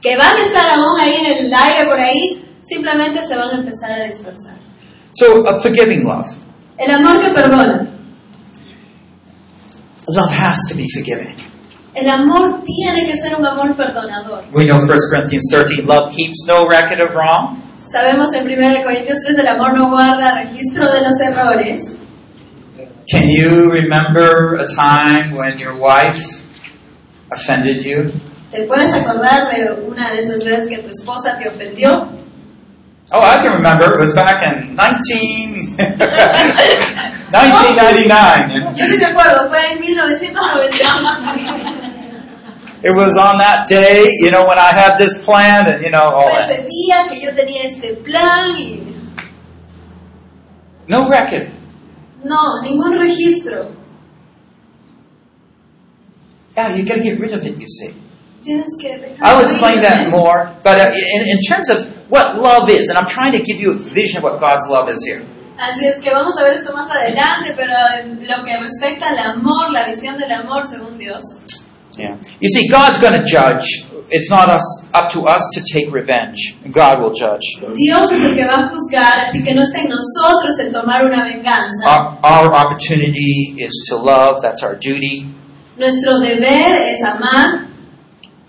que van a estar aún ahí en el aire por ahí, simplemente se van a empezar a dispersar. So, a forgiving love. El amor que perdona. Love has to be forgiving. El amor tiene que ser un amor perdonador. We know 1 Corinthians 13, love keeps no record of wrong. Sabemos en 1 Corintios 3 el amor no guarda registro de los errores. Can you remember a time when your wife offended you? ¿Te puedes acordar de una de esas veces que tu esposa te ofendió? Oh, I can remember. It was back in 19, 1999. Yo sí me acuerdo, fue en 1990. It was on that day, you know, when I had this plan and, you know, all Fue that. ese día que yo tenía este plan y No record. no, ningún registro. Yeah, you gotta get rid of it, you see. Tienes que dejar. I'll explain that more, but uh, in, in terms of what love is, and I'm trying to give you a vision of what God's love is here. Así es que vamos a ver esto más adelante, pero en lo que respecta al amor, la visión del amor según Dios. Yeah. You see, God's gonna judge. It's not us, up to us to take revenge. God will judge. Dios es el que va a juzgar, así que no está en nosotros el tomar una venganza. Our, our opportunity is to love, that's our duty. Nuestro deber es amar.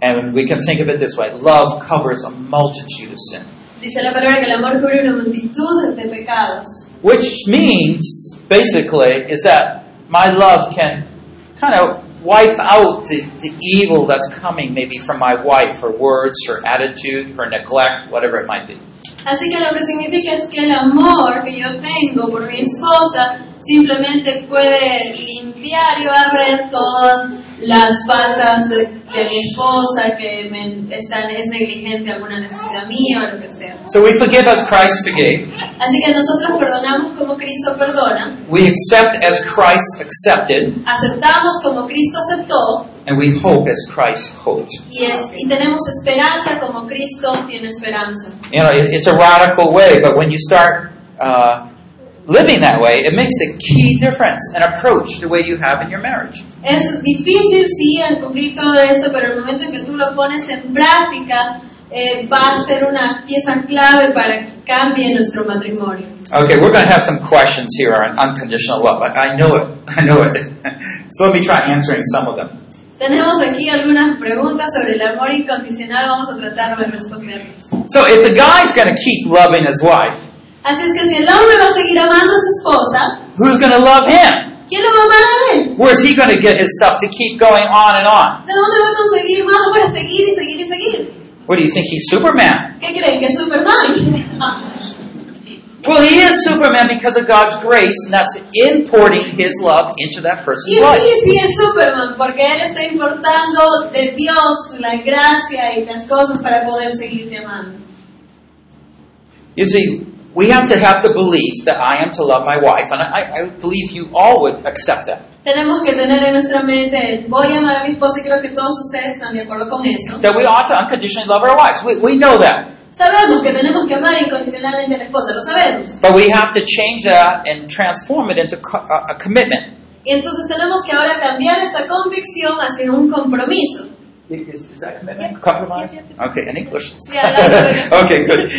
And we can think of it this way love covers a multitude of sin. Dice la palabra que el amor cubre una multitud de pecados. Which means, basically, is that my love can kind of wipe out the, the evil that's coming maybe from my wife, her words, her attitude, her neglect, whatever it might be. Así que lo que significa es que el amor que yo tengo por mi esposa simplemente puede limpiar y barrer todas las faltas de, de mi esposa que me están, es negligente alguna necesidad mía o lo que sea. So we forgive as Christ forgave. Así que nosotros perdonamos como Cristo perdona, We accept as Christ accepted. aceptamos como Cristo aceptó And we hope as Christ hoped. y, es- y tenemos esperanza como Cristo tiene esperanza. You know, it, it's a radical way, but when you start uh, living that way, it makes a key difference and approach the way you have in your marriage. Es difícil, sí, al cumplir todo esto, pero el momento en que tú lo pones en práctica, eh, va a ser una pieza clave para que cambie nuestro matrimonio. Okay, we're going to have some questions here on unconditional love. I, I know it. I know it. so let me try answering some of them. Tenemos aquí algunas preguntas sobre el amor incondicional, vamos a tratar de responderlas. So if the guy's going to keep loving his wife, Así es que si el hombre va a seguir amando a su esposa, who's going to love him? ¿quién lo va a amar a él? Where's he going to get his stuff to keep going on and on? ¿De dónde va a conseguir más para seguir y seguir y seguir? What do you think? He's Superman. ¿Qué creen? ¿Que es Superman? Well, he is Superman because of God's grace, and that's importing his love into that Y person's life. sí, sí es Superman, porque él está importando de Dios la gracia y las cosas para poder seguirte amando. You see, we have to have the belief that I am to love my wife, and I, I believe you all would accept that. Tenemos que tener en nuestra mente el voy a amar a mi esposa y creo que todos ustedes están de acuerdo con eso. That we ought to unconditionally love our wives. We, we know that. Sabemos que tenemos que amar incondicionalmente a la esposa, lo sabemos. But we have to change that and transform it into co- uh, a, a commitment. Y entonces tenemos que ahora cambiar esta convicción hacia un compromiso. Is, is that commitment? Compromise? Okay, in English. Yeah, I okay, good.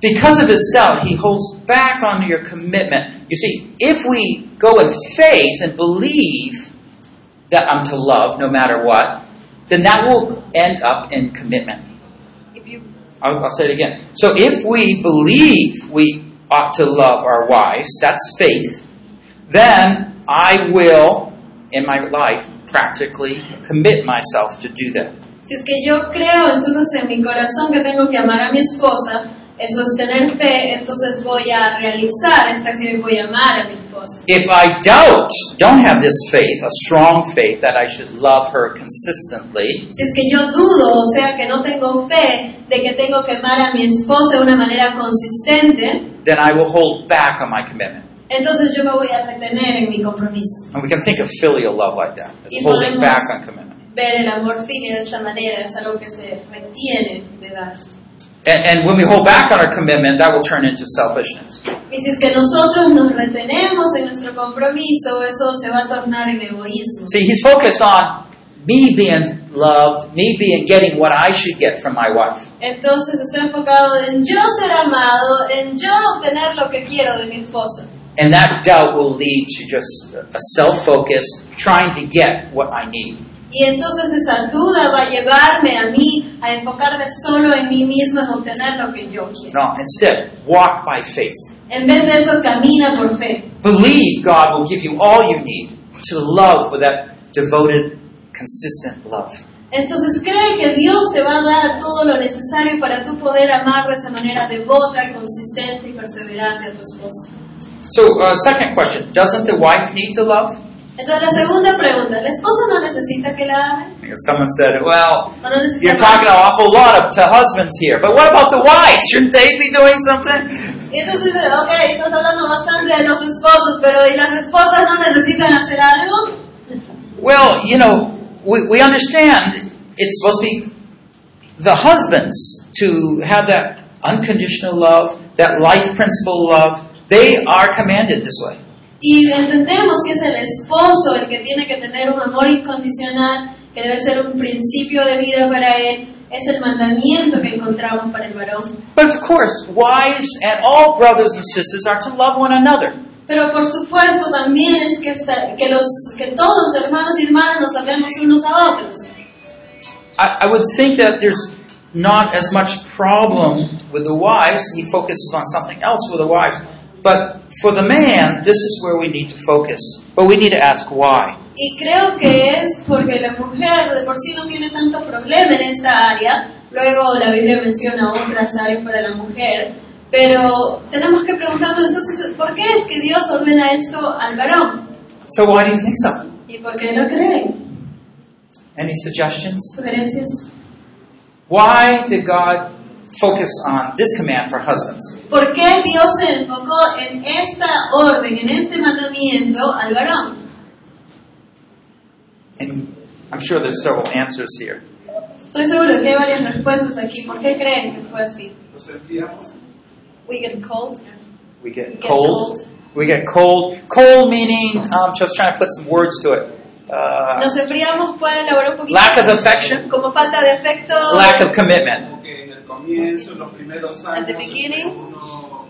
Because of his doubt, he holds back on your commitment. You see, if we go in faith and believe that I'm to love no matter what, then that will end up in commitment. I'll, I'll say it again. So if we believe we ought to love our wives, that's faith, then I will, in my life, practically commit myself to do that. Si es que yo creo entonces en mi corazón que tengo que amar a mi esposa, en sostener fe, entonces voy a realizar esta acción y voy a amar a mi esposa. If I doubt, don't have this faith, a strong faith that I should love her consistently, Si es que yo dudo, o sea que no tengo fe de que tengo que amar a mi esposa de una manera consistente, then I will hold back on my commitment. entonces yo me voy a retener en mi compromiso. And we can think of filial love like that, as Y holding podemos- back on commitment. Ver el amor filial de esta manera es algo que se retiene de dar. And, and when we hold back on our commitment, that will turn into selfishness. Y si es que nosotros nos retenemos en nuestro compromiso, eso se va a tornar en egoísmo. See, he's focused on me being loved, me being getting what I should get from my wife. Entonces está enfocado en yo ser amado, en yo obtener lo que quiero de mi esposa. And that doubt will lead to just a self focus, trying to get what I need. Y entonces esa duda va a llevarme a mí a enfocarme solo en mí mismo, en obtener lo que yo quiero. No, instead, walk by faith. En vez de eso, camina por fe. Believe God will give you all you need to love with that devoted, consistent love. Entonces cree que Dios te va a dar todo lo necesario para tú poder amar de esa manera devota, consistente y perseverante a tu esposa. So, uh, second question Doesn't the wife need to love? Entonces la segunda pregunta, ¿la esposa no necesita que la amen? Because Someone said, Well, ¿O no necesita You're más? talking an awful lot up to husbands here, but what about the wives? Shouldn't they be doing something? Y entonces, ok, estás hablando bastante de los esposos, pero ¿y las esposas no necesitan hacer algo? Well, you know, we, we understand it's supposed to be the husbands to have that unconditional love, that life principle love. They are commanded this way. Y entendemos que es el esposo el que tiene que tener un amor incondicional, que debe ser un principio de vida para él, es el mandamiento que encontramos para el varón. But of course, wives and all brothers and sisters are to love one another. Pero por supuesto también es que, esta- que, los, que todos, hermanos y hermanas, nos amemos unos a otros. I, I would think that there's not as much problem with the wives. He focuses on something else with the wives. But for the man, this is where we need to focus. But we need to ask why. Y creo que es porque la mujer de por sí no tiene tanto problema en esta área, luego la Biblia menciona otras áreas para la mujer, pero tenemos que preguntarnos entonces, ¿por qué es que Dios ordena esto al varón? So why do you think so? ¿Y por qué no creen? Any suggestions? ¿Sugerencias? Why did God focus on this command for husbands? ¿Por qué Dios se enfocó en esta orden, en este mandamiento al varón? And I'm sure there's several answers here. Estoy seguro que hay varias respuestas aquí. ¿Por qué creen que fue así? We get cold. We get Get cold. cold. We get cold. Cold meaning, I'm just trying to put some words to it. Uh, Nos enfriamos, puede elaborar un poquito. lack of affection, como falta de afecto, lack of commitment. Como que en el comienzo, en los primeros años, este, At the beginning, uno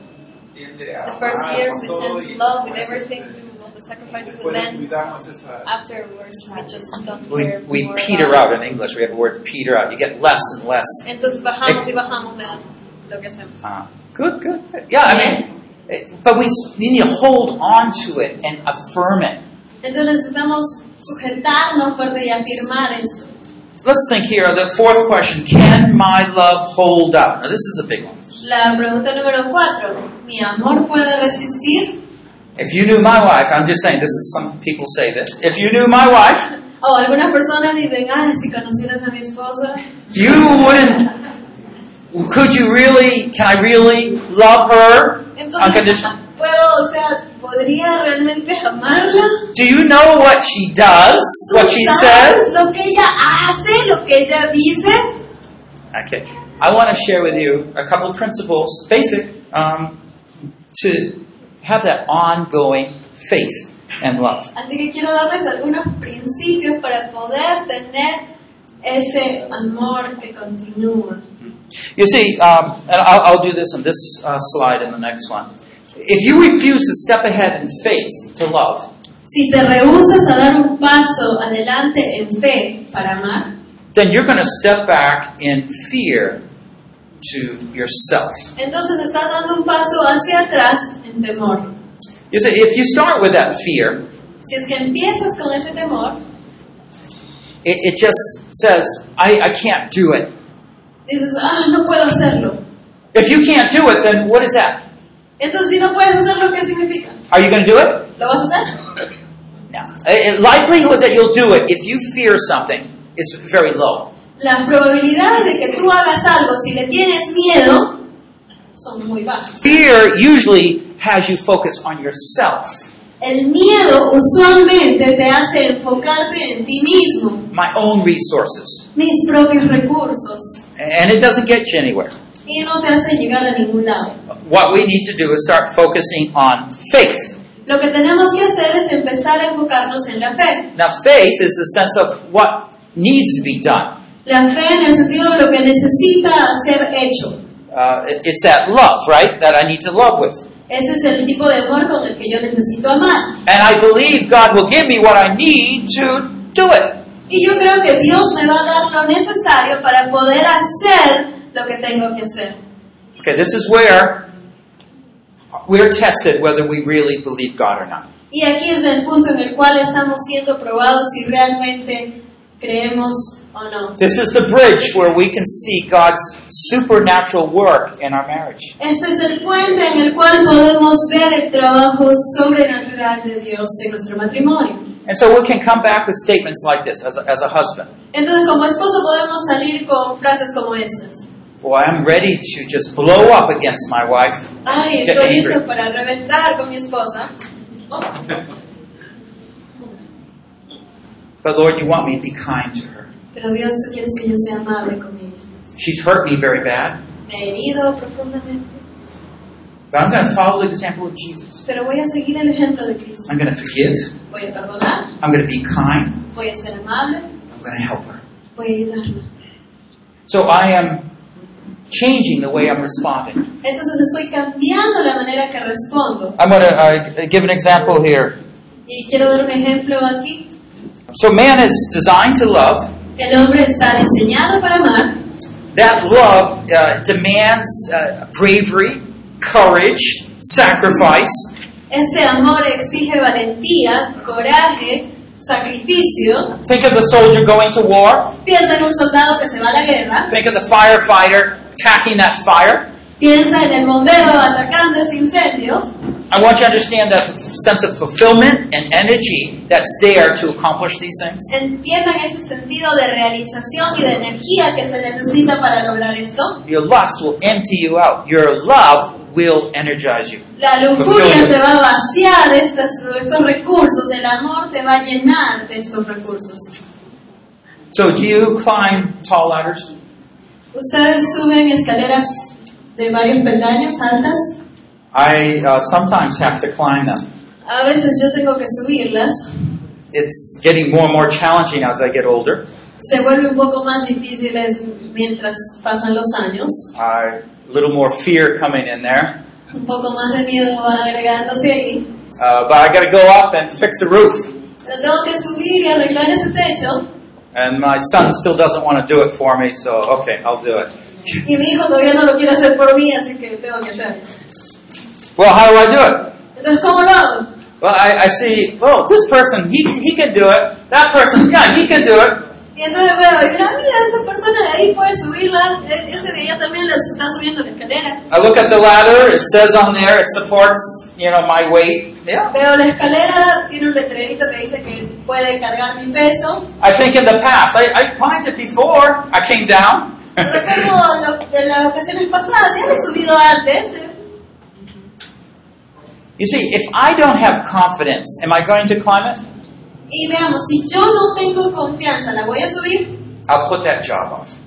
tiende a the first amar years con we todo tend to y love with después, everything, este, to all the sacrifices we después le then cuidamos esa... afterwards we just don't We, care we more peter about out in English. We have the word peter out. You get less and less. it. Entonces bajamos y bajamos la, lo que hacemos. Uh, good, good, good. Yeah, I mean, it- but we s- we need to hold on to it and affirm it. Entonces necesitamos sujetarnos fuerte y afirmar eso. So let's think here. The fourth question: Can my love hold up? Now, this is a big one. La pregunta número cuatro, ¿mi amor puede resistir? If you knew my wife, I'm just saying. This is some people say this. If you knew my wife, O algunas personas dicen, ay, si conocieras a mi esposa, you wouldn't. Could you really? Can I really love her entonces, unconditionally? ¿puedo, o sea, podría realmente amarla? Do you know what she does? What she says? ¿Sabes Lo que ella hace, lo que ella dice. Okay. I want to share with you a couple of principles, basic, um, to have that ongoing faith and love. Así que quiero darles algunos principios para poder tener ese amor que continúa. You see, um, and I'll, I'll do this on this uh, slide and the next one. If you refuse to step ahead in faith to love, Si te rehusas a dar un paso adelante en fe para amar, then you're going to step back in fear to yourself. entonces estás dando un paso hacia atrás en temor. You see, if you start with that fear, Si es que empiezas con ese temor, it, it just says, I, I can't do it. dices, ah, no puedo hacerlo. If you can't do it, then what is that? Entonces, si no puedes hacerlo, ¿qué significa? Are you going to do it? ¿Lo vas a hacer? Now, a- a likelihood that you'll do it if you fear something is very low. las probabilidades de que tú hagas algo si le tienes miedo son muy bajas. Fear usually has you focus on yourself, El miedo usualmente te hace enfocarte en ti mismo, my own resources, mis propios recursos, and it doesn't get you anywhere. y no te hace llegar a ningún lado. What we need to do is start focusing on faith. Lo que tenemos que hacer es empezar a enfocarnos en la fe. Now, faith is the sense of what needs to be done. La fe en el sentido de lo que necesita ser hecho. Uh, it- it's that love, right? That I need to love with. Ese es el tipo de amor con el que yo necesito amar. And I believe God will give me what I need to do it. Y yo creo que Dios me va a dar lo necesario para poder hacer lo que tengo que hacer. Okay, this is where we're tested whether we really believe God or not. Y aquí es el punto en el cual estamos siendo probados si realmente creemos o no. This is the bridge where we can see God's supernatural work in our marriage. Este es el puente en el cual podemos ver el trabajo sobrenatural de Dios en nuestro matrimonio. And so we can come back with statements like this as a, as a husband. Entonces, como esposo podemos salir con frases como estas. Well, I'm ready to just blow up against my wife. Ay, Get estoy angry. listo para reventar con mi esposa. Oh, But Lord, you want me to be kind to her. pero Dios, tú quieres que yo sea amable con ella. She's hurt me very bad. Me he herido profundamente, But I'm going to follow the example of Jesus. pero voy a seguir el ejemplo de Cristo. I'm going to forgive. Voy a perdonar, I'm going to be kind. voy a ser amable, I'm going to help her. voy a ayudarla. So I am changing the way I'm responding. Entonces estoy cambiando la manera que respondo. I'm going to uh, give an example here. Y quiero dar un ejemplo aquí. So man is designed to love. El hombre está diseñado para amar. That love uh, demands uh, bravery, courage, sacrifice. Este amor exige valentía, coraje, sacrificio. Think of the soldier going to war. Piensa en un soldado que se va a la guerra. Think of the firefighter attacking that fire. Piensa en el bombero atacando ese incendio. I want you to understand that sense of fulfillment and energy that's there to accomplish these things. Entiendan ese sentido de realización y de energía que se necesita para lograr esto. Your lust will empty you out. Your love will energize you. La lujuria te va a vaciar de estas- de estos recursos. El amor te va a llenar de estos recursos. So do you climb tall ladders? Ustedes suben escaleras de varios peldaños altas. I uh, sometimes have to climb them. A veces yo tengo que subirlas. It's getting more and more challenging as I get older. Se vuelve un poco más difíciles mientras pasan los años. Uh, a little more fear coming in there. Un poco más de miedo va agregándose ahí. Uh, but I got to go up and fix the roof. Pero tengo que subir y arreglar ese techo. And my son still doesn't want to do it for me, so okay, I'll do it. Y mi hijo todavía no lo quiere hacer por mí, así que tengo que hacerlo. Well, how do I do it? Entonces, ¿cómo lo hago? Well, I, I see, oh, this person, he, he can do it. That person, yeah, he can do it. Y entonces veo, y mira, mira, esa persona de ahí puede subirla. E- Ese de allá también la está subiendo la escalera. I look at the ladder, it says on there, it supports, you know, my weight. Yeah. Veo la escalera, tiene un letrerito que dice que puede cargar mi peso. I think in the past, I, I climbed it before, I came down. Recuerdo lo- de las ocasiones pasadas, ya lo he subido antes. ¿eh? you see, if I don't have confidence, am I going to climb it? Y veamos, si yo no tengo confianza, la voy a subir, I'll put that job off.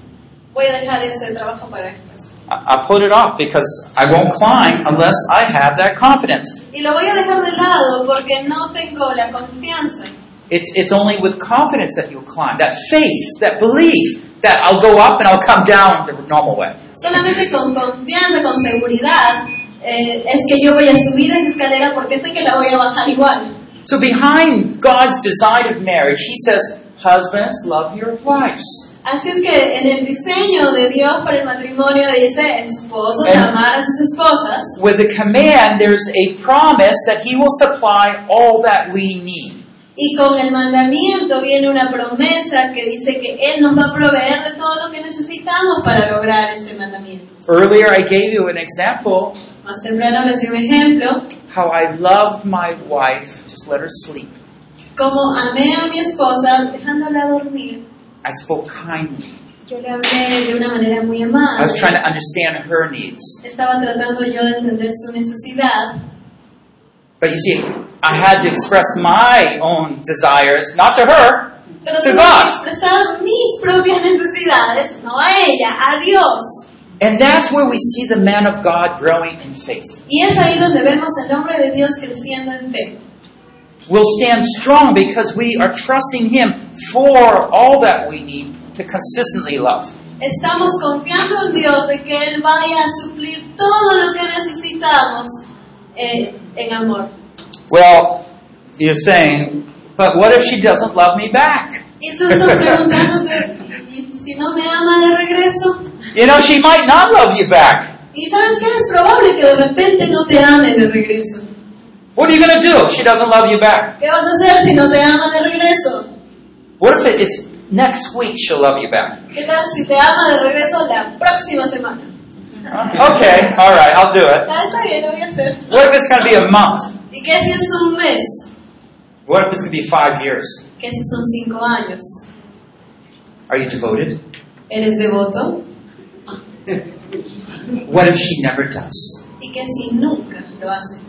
voy a dejar ese trabajo para después. I- I'll put it off because I won't climb unless I have that confidence. Y lo voy a dejar de lado porque no tengo la confianza. It's, it's only with confidence that you'll climb, that faith, that belief that I'll go up and I'll come down the normal way. Solamente con confianza, con seguridad, eh, es que yo voy a subir esa escalera porque sé que la voy a bajar igual. So behind God's design of marriage, he says, husbands, love your wives. Así es que en el diseño de Dios para el matrimonio dice esposos Eh. amar a sus esposas. With the command, there's a promise that he will supply all that we need. Y con el mandamiento viene una promesa que dice que Él nos va a proveer de todo lo que necesitamos para lograr este mandamiento. Earlier, I gave you an example Más temprano les di un ejemplo, how I loved my wife, just let her sleep. como amé a mi esposa dejándola dormir. I spoke kindly. Yo le hablé de una manera muy I amable. was trying to understand her needs. Estaba tratando yo de entender su necesidad, But you see, I had to express my own desires, not to her, pero to tuve que God. expresar mis propias necesidades, no a ella, a Dios. And that's where we see the man of God growing in faith. Y es ahí donde vemos el nombre de Dios creciendo en fe. We'll stand strong because we are trusting Him for all that we need to consistently love. Estamos confiando en Dios de que Él vaya a suplir todo lo que necesitamos eh, en amor. Well, you're saying, but what if she doesn't love me back? Y tú estás preguntándote, ¿y si no me ama de regreso? You know, she might not love you back. Y sabes que es probable que de repente no te ame de regreso. What are you going to do if she doesn't love you back? ¿Qué vas a hacer si no te ama de regreso? What if it- it's next week she'll love you back? ¿Qué tal si te ama de regreso la próxima semana? Okay, all right, I'll do it. Ah, está bien, lo voy a hacer. What if it's going to be a month? ¿Y qué si es un mes? What if it's going to be five years? ¿Qué si son cinco años? Are you devoted? ¿Eres devoto? What if she never does? ¿Y qué si nunca lo hace?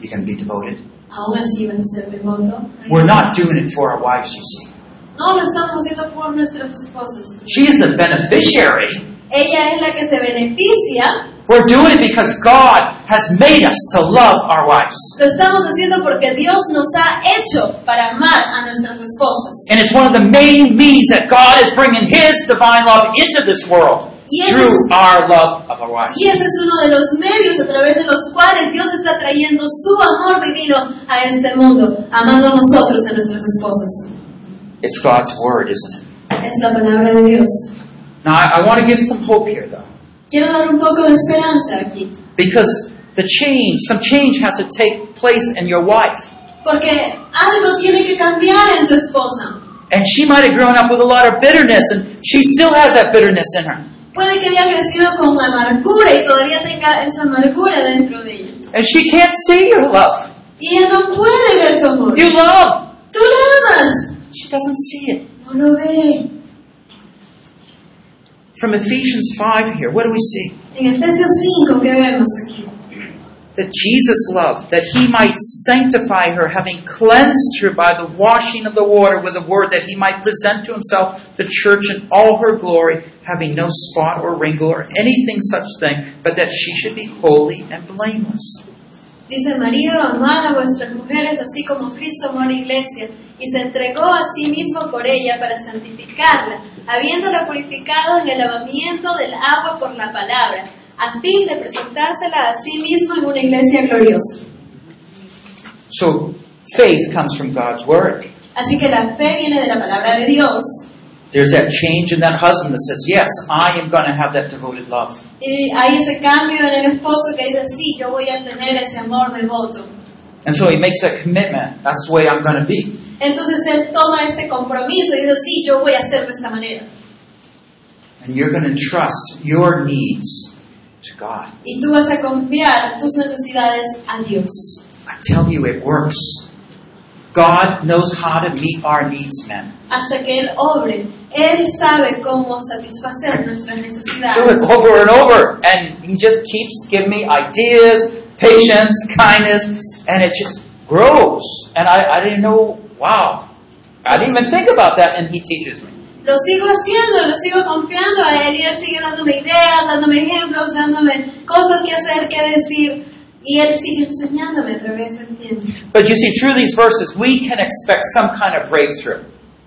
You can be devoted. ¿Aún así van a ser devoto? We're not doing it for our wives, you see. No, lo estamos haciendo por nuestras esposas. She is the beneficiary. Ella es la que se beneficia. We're doing it because God has made us to love our wives. Lo estamos haciendo porque Dios nos ha hecho para amar a nuestras esposas. And it's one of the main means that God is bringing His divine love into this world Yes. through our love of our wives. Y ese es uno de los medios a través de los cuales Dios está trayendo su amor divino a este mundo, amando a nosotros, a nuestras esposas. It's God's word, isn't it? Es la palabra de Dios. Now, I, I want to give some hope here, though, Quiero dar un poco de esperanza aquí, because the change, some change has to take place in your wife. porque algo tiene que cambiar en tu esposa. And she might have grown up with a lot of bitterness, and she still has that bitterness in her. Puede que haya crecido con amargura y todavía tenga esa amargura dentro de ella. And she can't see your love. Y ella no puede ver tu amor. You love. Tú la amas. She doesn't see it. No lo ve. From Ephesians 5 here, what do we see? En Efesios 5, ¿qué vemos aquí? That Jesus loved, that he might sanctify her, having cleansed her by the washing of the water with the word, that he might present to himself the church in all her glory, having no spot or wrinkle or anything such thing, but that she should be holy and blameless. Dice, marido, amad a vuestras mujeres así como Cristo amó a la iglesia y se entregó a sí mismo por ella para santificarla, habiéndola purificado en el lavamiento del agua por la palabra, a fin de presentársela a sí mismo en una iglesia gloriosa. So, faith comes from God's word. Así que la fe viene de la palabra de Dios. There's that change in that husband that says, Yes, I am going to have that devoted love. Y hay ese cambio en el esposo que dice, sí, yo voy a tener ese amor devoto. And so he makes that commitment. That's the way I'm going to be. Entonces él toma este compromiso y dice, sí, yo voy a hacer de esta manera. And you're going to trust your needs to God. Y tú vas a confiar tus necesidades a Dios. I tell you, it works. God knows how to meet our needs, men. hasta que Él obre. Él sabe cómo satisfacer nuestras Do it necesidades. over and over. And he just keeps giving me ideas, patience, kindness, and it just grows. And I, I didn't know, wow. I didn't even think about that, and he teaches me. Lo sigo haciendo, lo sigo confiando a Él y Él sigue dándome ideas, dándome ejemplos, dándome cosas que hacer, que decir. Y Él sigue enseñándome a través del tiempo. But you see, through these verses, we can expect some kind of breakthrough.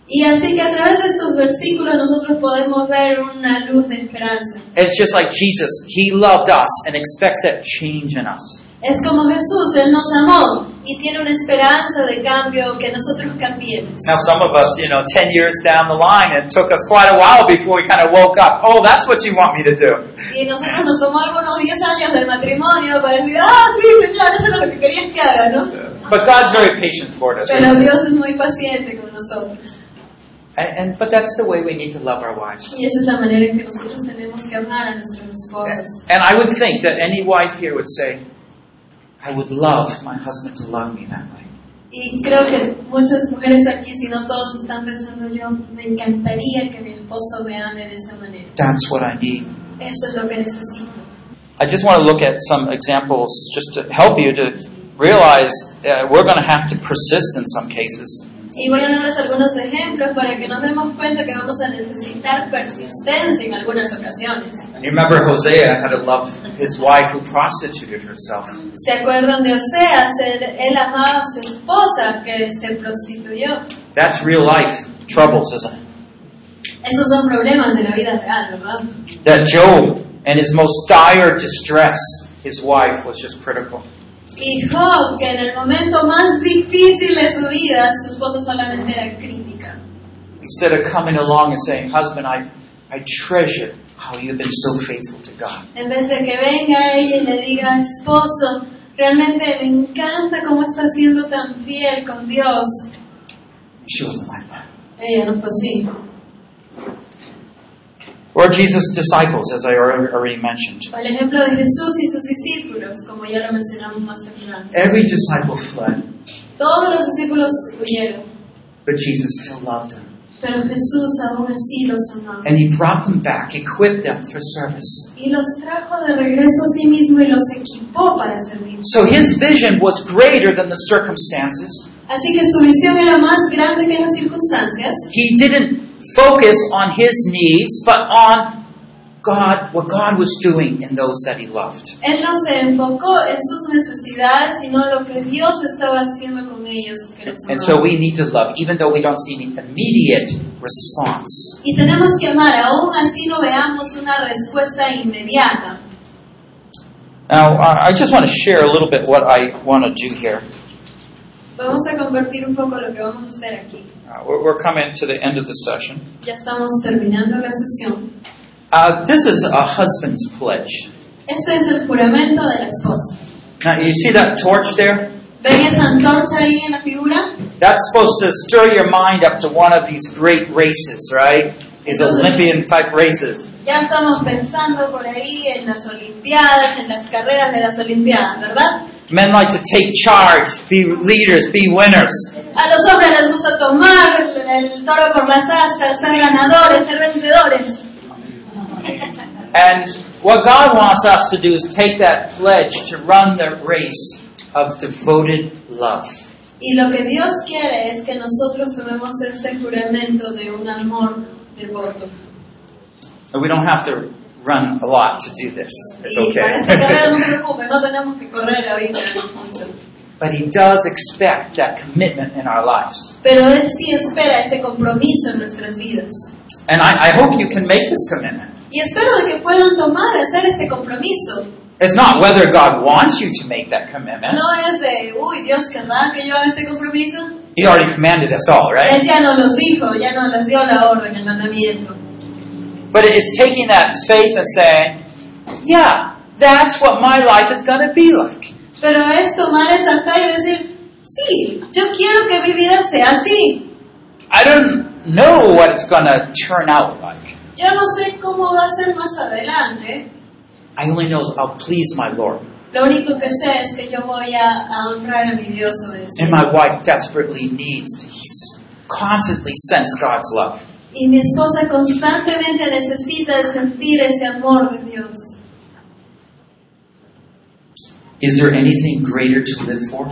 Y así que a través de estos versículos nosotros podemos ver una luz de esperanza. It's just like Jesus, he loved us and expects that change in us. Es como Jesús, Él nos amó y tiene una esperanza de cambio que nosotros cambiemos. Now, some of us, you know, 10 years down the line, it took us quite a while before we kind of woke up. Oh, that's what you want me to do. Y nosotros nos tomó algunos 10 años de matrimonio para decir, ah, sí, señor, eso era lo que querías que haga, ¿no? But God's very patient toward us. Pero Dios es muy paciente con nosotros. And, and, but that's the way we need to love our wives. Y esa es la manera en que nosotros tenemos que amar a nuestras esposas. And I would think that any wife here would say, I would love my husband to love me that way. Y creo que muchas mujeres aquí, si no todos, están pensando, yo me encantaría que mi esposo me ame de esa manera. That's what I need. Eso es lo que necesito. I just want to look at some examples just to help you to realize uh, we're going to have to persist in some cases. Y voy a darles algunos ejemplos para que nos demos cuenta que vamos a necesitar persistencia en algunas ocasiones. And you remember Hosea had to love his wife who prostituted herself. ¿Se acuerdan de Oseas? Él, él amaba a su esposa que se prostituyó. That's real life troubles, isn't it? Esos son problemas de la vida real, ¿verdad? That Job, in his most dire distress, his wife was just critical. Y Job, que en el momento más difícil de su vida, su esposa solamente era crítica. Instead of coming along and saying, Husband, I, I treasure how you've been so faithful to God. En vez de que venga ella y le diga, esposo, realmente me encanta cómo estás siendo tan fiel con Dios. She wasn't like that. Ella no fue así. Or Jesus' disciples, as I alre- already mentioned. O el ejemplo de Jesús y sus discípulos, como ya lo mencionamos más temprano. Every disciple fled, Todos los discípulos huyeron, but Jesus still loved them. pero Jesús aún así los amaba. And he brought them back, equipped them for service. Y los trajo de regreso a sí mismo y los equipó para servir. So his vision was greater than the circumstances. Así que su visión era más grande que las circunstancias. He didn't focus on his needs, but on God, what God was doing in those that he loved. Él no se enfocó en sus necesidades, sino lo que Dios estaba haciendo con ellos que los And so amaba. we need to love, even though we don't see an immediate response. Y tenemos que amar, aún así no veamos una respuesta inmediata. Now, I I just want to share a little bit what I want to do here. Vamos a compartir un poco lo que vamos a hacer aquí. Uh, we're, we're coming to the end of the session. Ya estamos terminando la sesión. Uh, this is a husband's pledge. Este es el juramento del esposo. Now, you see that torch there? ¿Ven esa antorcha ahí en la figura? That's supposed to stir your mind up to one of these great races, right? These Olympian type races. Ya estamos pensando por ahí en las Olimpiadas, en las carreras de las Olimpiadas, ¿verdad? Men like to take charge, be leaders, be winners. A los hombres les gusta tomar el, el toro por las astas, ser ganadores, ser vencedores. And what God wants us to do is take that pledge to run the race of devoted love. Y lo que Dios quiere es que nosotros tomemos este juramento de un amor devoto. And we don't have to run a lot to do this. It's Y para esta carrera no se okay. preocupen, no tenemos que correr ahorita mucho. but He does expect that commitment in our lives. Pero Él sí espera ese compromiso en nuestras vidas. And I, I hope you can make this commitment. Y espero de que puedan tomar, hacer este compromiso. It's not whether God wants you to make that commitment. No es de, uy, Dios querrá que yo haga este compromiso. He already commanded us all, Él right? ya nos los dijo, ya nos las dio la orden, el mandamiento. But it's taking that faith and saying, yeah, that's what my life is going to be like. Pero es tomar esa fe y decir, sí, yo quiero que mi vida sea así. I don't know what it's going to turn out like. Yo no sé cómo va a ser más adelante. I only know I'll please my Lord. Lo único que sé es que yo voy a, a honrar a mi Dios And obedeciendo. my wife desperately needs to s- constantly sense God's love. Y mi esposa constantemente necesita sentir ese amor de Dios. Is there anything greater to live for?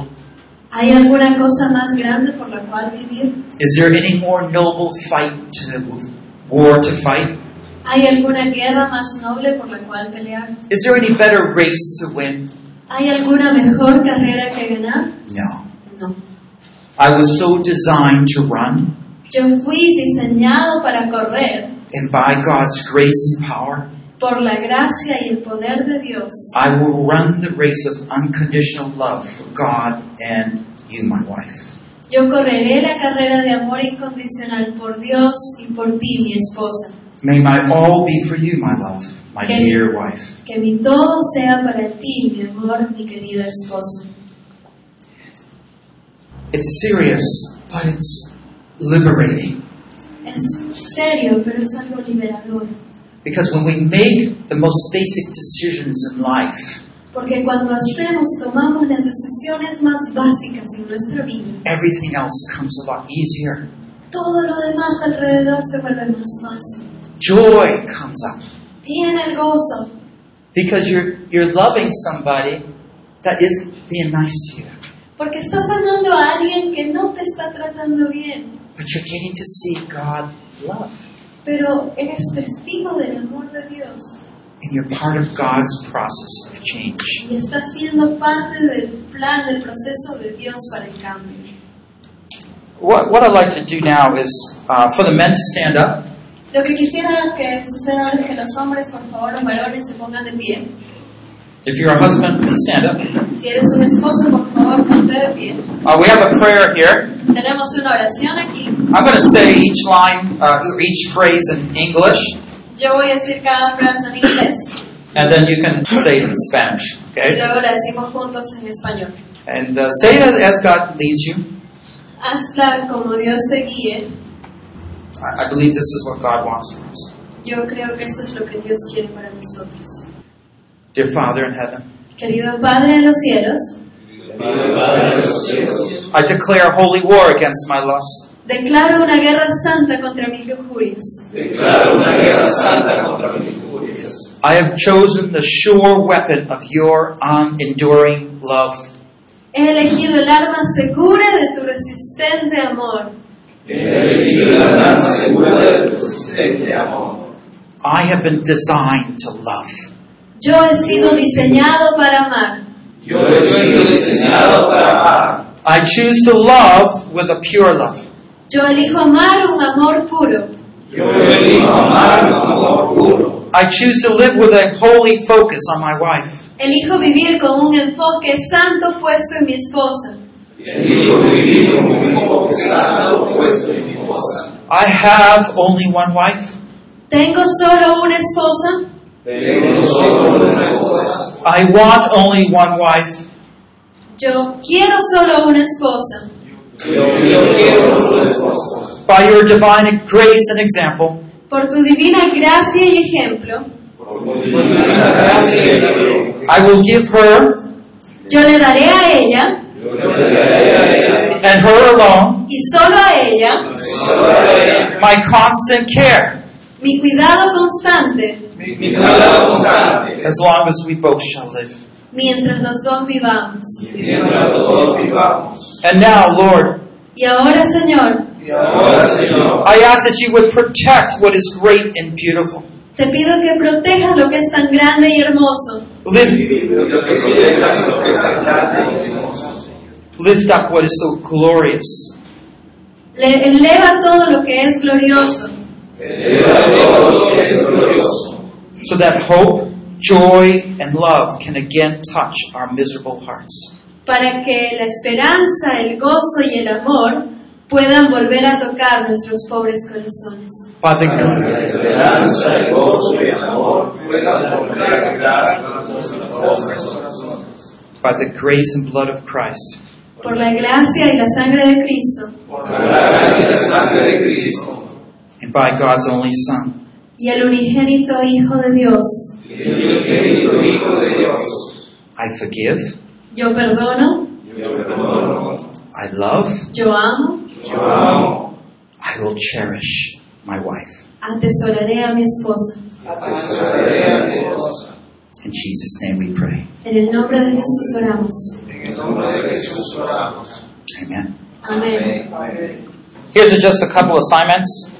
¿Hay alguna cosa más grande por la cual vivir? Is there any more noble fight to war to fight? ¿Hay alguna guerra más noble por la cual pelear? Is there any better race to win? ¿Hay alguna mejor carrera que ganar? No. No. I was so designed to run, Yo fui diseñado para correr. and by God's grace and power, Por la gracia y el poder de Dios, I will run the race of unconditional love for God and you, my wife. yo correré la carrera de amor incondicional por Dios y por ti, mi esposa. May my all be for you, my love, my Okay. dear wife. Que mi todo sea para ti, mi amor, mi querida esposa. It's serious, but it's liberating. Es serio, pero es algo liberador. Because when we make the most basic decisions in life, Porque cuando hacemos, tomamos las decisiones más básicas en nuestra vida, everything else comes a lot easier. todo lo demás alrededor se vuelve más fácil. Joy comes up. Viene el gozo, Because you're, you're loving somebody that isn't being nice to you. Porque estás amando a alguien que no te está tratando bien, but you're getting to see God love, pero eres testigo del amor de Dios and you're part of God's process of change. y estás siendo parte del plan, del proceso de Dios para el cambio. What, what I'd like to do now is uh, for the men to stand up. Lo que quisiera que suceda ahora es que los hombres, por favor, los varones, se pongan de pie. If you're a husband, please stand up. Si eres un esposo, por favor, ponte de pie. Uh, we have a prayer here. Tenemos una oración aquí. I'm going to say each line, uh, or each phrase in English, Yo voy a decir cada frase en inglés and then you can say it in Spanish. y Okay? luego la decimos juntos en español. And uh, say it as God leads you. Hazla como Dios te guíe. I, I believe this is what God wants from us. Yo creo que eso es lo que Dios quiere para nosotros. Dear Father in heaven, Querido Padre de los cielos, I declare holy war against my lust. declaro una guerra santa contra mis lujurias. I have chosen the sure weapon of your unenduring love. He elegido el arma segura de tu resistente amor. I have been designed to love. Yo he sido diseñado para amar. I choose to love with a pure love. Yo elijo amar un amor puro. I choose to live with a holy focus on my wife. Elijo vivir con un enfoque santo puesto en mi esposa. I have only one wife. Tengo solo una esposa. I want only one wife. Yo quiero solo una esposa. By your divine grace and example, Por tu divina gracia y ejemplo, I will give her yo le daré a ella and her alone y solo a ella my constant care mi cuidado constante as long as we both shall live. mientras los dos vivamos. And now, Lord, Y ahora, Señor, I ask that you would protect what is great and beautiful. te pido que protejas lo que es tan grande y hermoso. Lift, lift up what is so glorious. Le- eleva todo lo que es glorioso. so that hope, joy, and love can again touch our miserable hearts. para que la esperanza, el gozo y el amor puedan volver a tocar nuestros pobres corazones. By the, by the grace and blood of Christ, Por la gracia y la sangre de Cristo and by God's only Son, y el unigénito Hijo de Dios, I forgive, yo perdono, I love, yo amo, I will cherish my wife. atesoraré a mi esposa. In Jesus' name we pray. En el nombre de Jesús oramos. Amen. Amén. Here's just a couple assignments.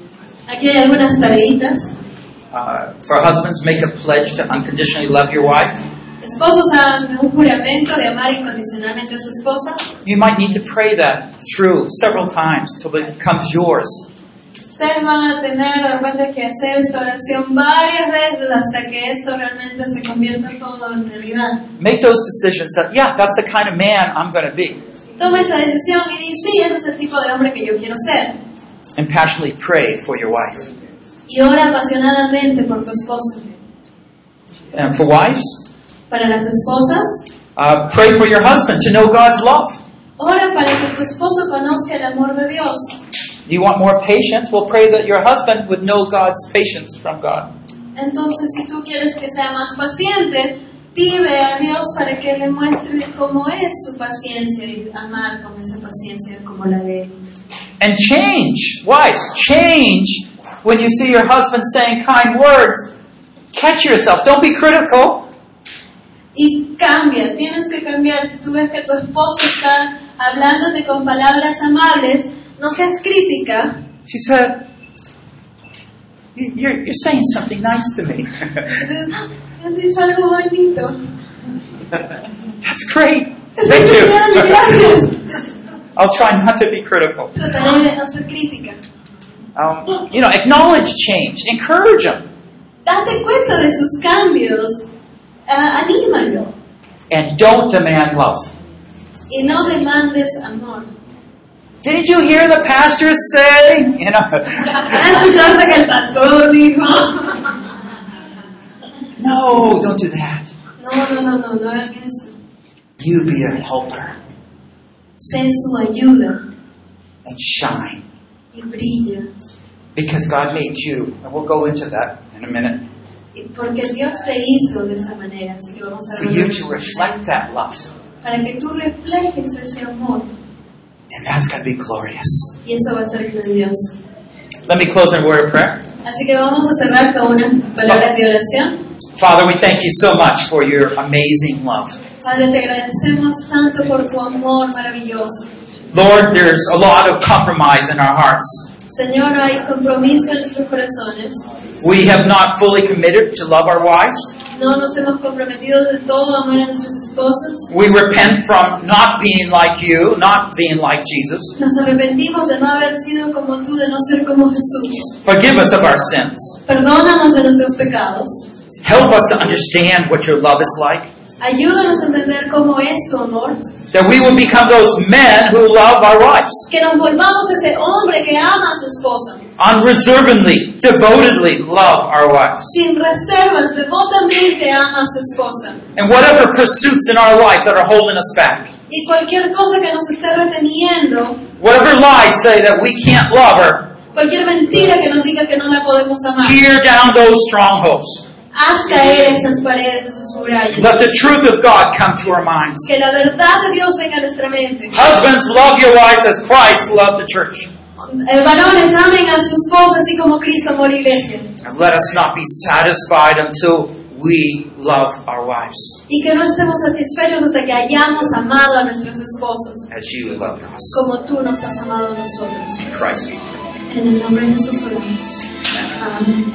Aquí hay algunas tareitas. Uh, for husbands, make a pledge to unconditionally love your wife. Esposos hagan un juramento de amar incondicionalmente a su esposa. You might need to pray that through several times till it becomes yours. Ustedes van a tener de repente que hacer esta oración varias veces hasta que esto realmente se convierta todo en realidad. Make those decisions that, yeah, that's the kind of man I'm going to be. Toma esa decisión y di, sí, ese es el tipo de hombre que yo quiero ser. And passionately pray for your wife. Y ora apasionadamente por tu esposo. And for wives, Para las esposas, uh, pray for your husband to know God's love. ora para que tu esposo conozca el amor de Dios. You want more patience? Well, pray that your husband would know God's patience from God. Entonces, si tú quieres que sea más paciente, pide a Dios para que le muestre cómo es su paciencia y amar con esa paciencia como la de él. And change. Wives, change when you see your husband saying kind words. Catch yourself. Don't be critical. Y cambia, tienes que que cambiar. Si tú ves que tu esposo está hablándote con palabras amables, no seas crítica. She said, "You- you're, you're saying something nice to me. Entonces, "Ah, me has dicho algo bonito. That's great. Eso Thank es you. genial, gracias. I'll try not to be critical. Trataré de no ser crítica. Um, you know, acknowledge change. Encourage them. Date cuenta de sus cambios. Ah, anímalo. And don't demand love. Y no demandes amor. Didn't you hear the pastor say? You know, Ah, escuchaste que el pastor dijo? no, don't do that. No, no, no, no, no hagan eso. You be a helper Sé su ayuda and shine y brilla. because God made you. And we'll go into that in a minute. Y Porque Dios te hizo de esa manera, así que vamos a For you ver. to reflect that love. Para que tú reflejes ese amor. And that's going to be glorious. Y eso va a ser glorioso. Let me close in a word of prayer. Así que vamos a cerrar con unas palabras de oración. Father, we thank you so much for your amazing love. Padre, te agradecemos tanto por tu amor maravilloso. Lord, there's a lot of compromise in our hearts. Señor, hay compromiso en nuestros corazones. We have not fully committed to love our wives. No nos hemos comprometido del todo a amar a nuestros esposos. We repent from not being like you, not being like Jesus. Nos arrepentimos de no haber sido como tú, de no ser como Jesús. Forgive us of our sins. Perdónanos de nuestros pecados. Help us to understand what your love is like. Ayúdanos a entender cómo es tu amor. That we will become those men who love our wives Que nos volvamos ese hombre que ama a su esposa. unreservedly, devotedly love our wives. Sin reservas, devotamente ama a su esposa. And whatever pursuits in our life that are holding us back, Y cualquier cosa que nos esté reteniendo, whatever lies say that we can't love her, cualquier mentira que nos diga que no la podemos amar, tear down those strongholds. haz caer esas paredes, esos murallas. Let the truth of God come to our minds. Que la verdad de Dios venga a nuestra mente. Husbands, love your wives as Christ loved the church. Eh, varones, amen a su esposa así como Cristo amó la iglesia. And let us not be satisfied until we love our wives Y que no estemos satisfechos hasta que hayamos amado a nuestros esposos as you loved us. como tú nos has amado a nosotros. In Christ. En el nombre de Jesús oramos. Amén.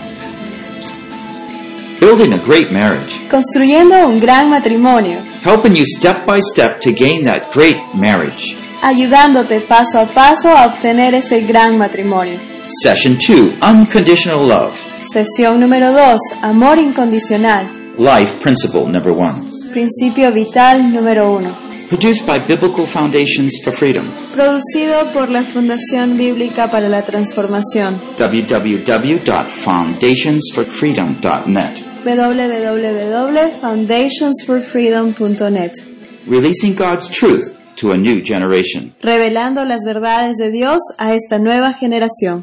Building a great marriage, Construyendo un gran matrimonio, helping you step by step to gain that great marriage. ayudándote paso a paso a obtener ese gran matrimonio. Session 2 Unconditional Love, Sesión número 2. Amor incondicional. Life Principle Number 1. Principio vital número 1. Produced by Biblical Foundations for Freedom, Producido por la Fundación Bíblica para la Transformación. www.foundationsforfreedom.net. www.foundationsforfreedom.net. Releasing God's truth to a new generation. Revelando las verdades de Dios a esta nueva generación.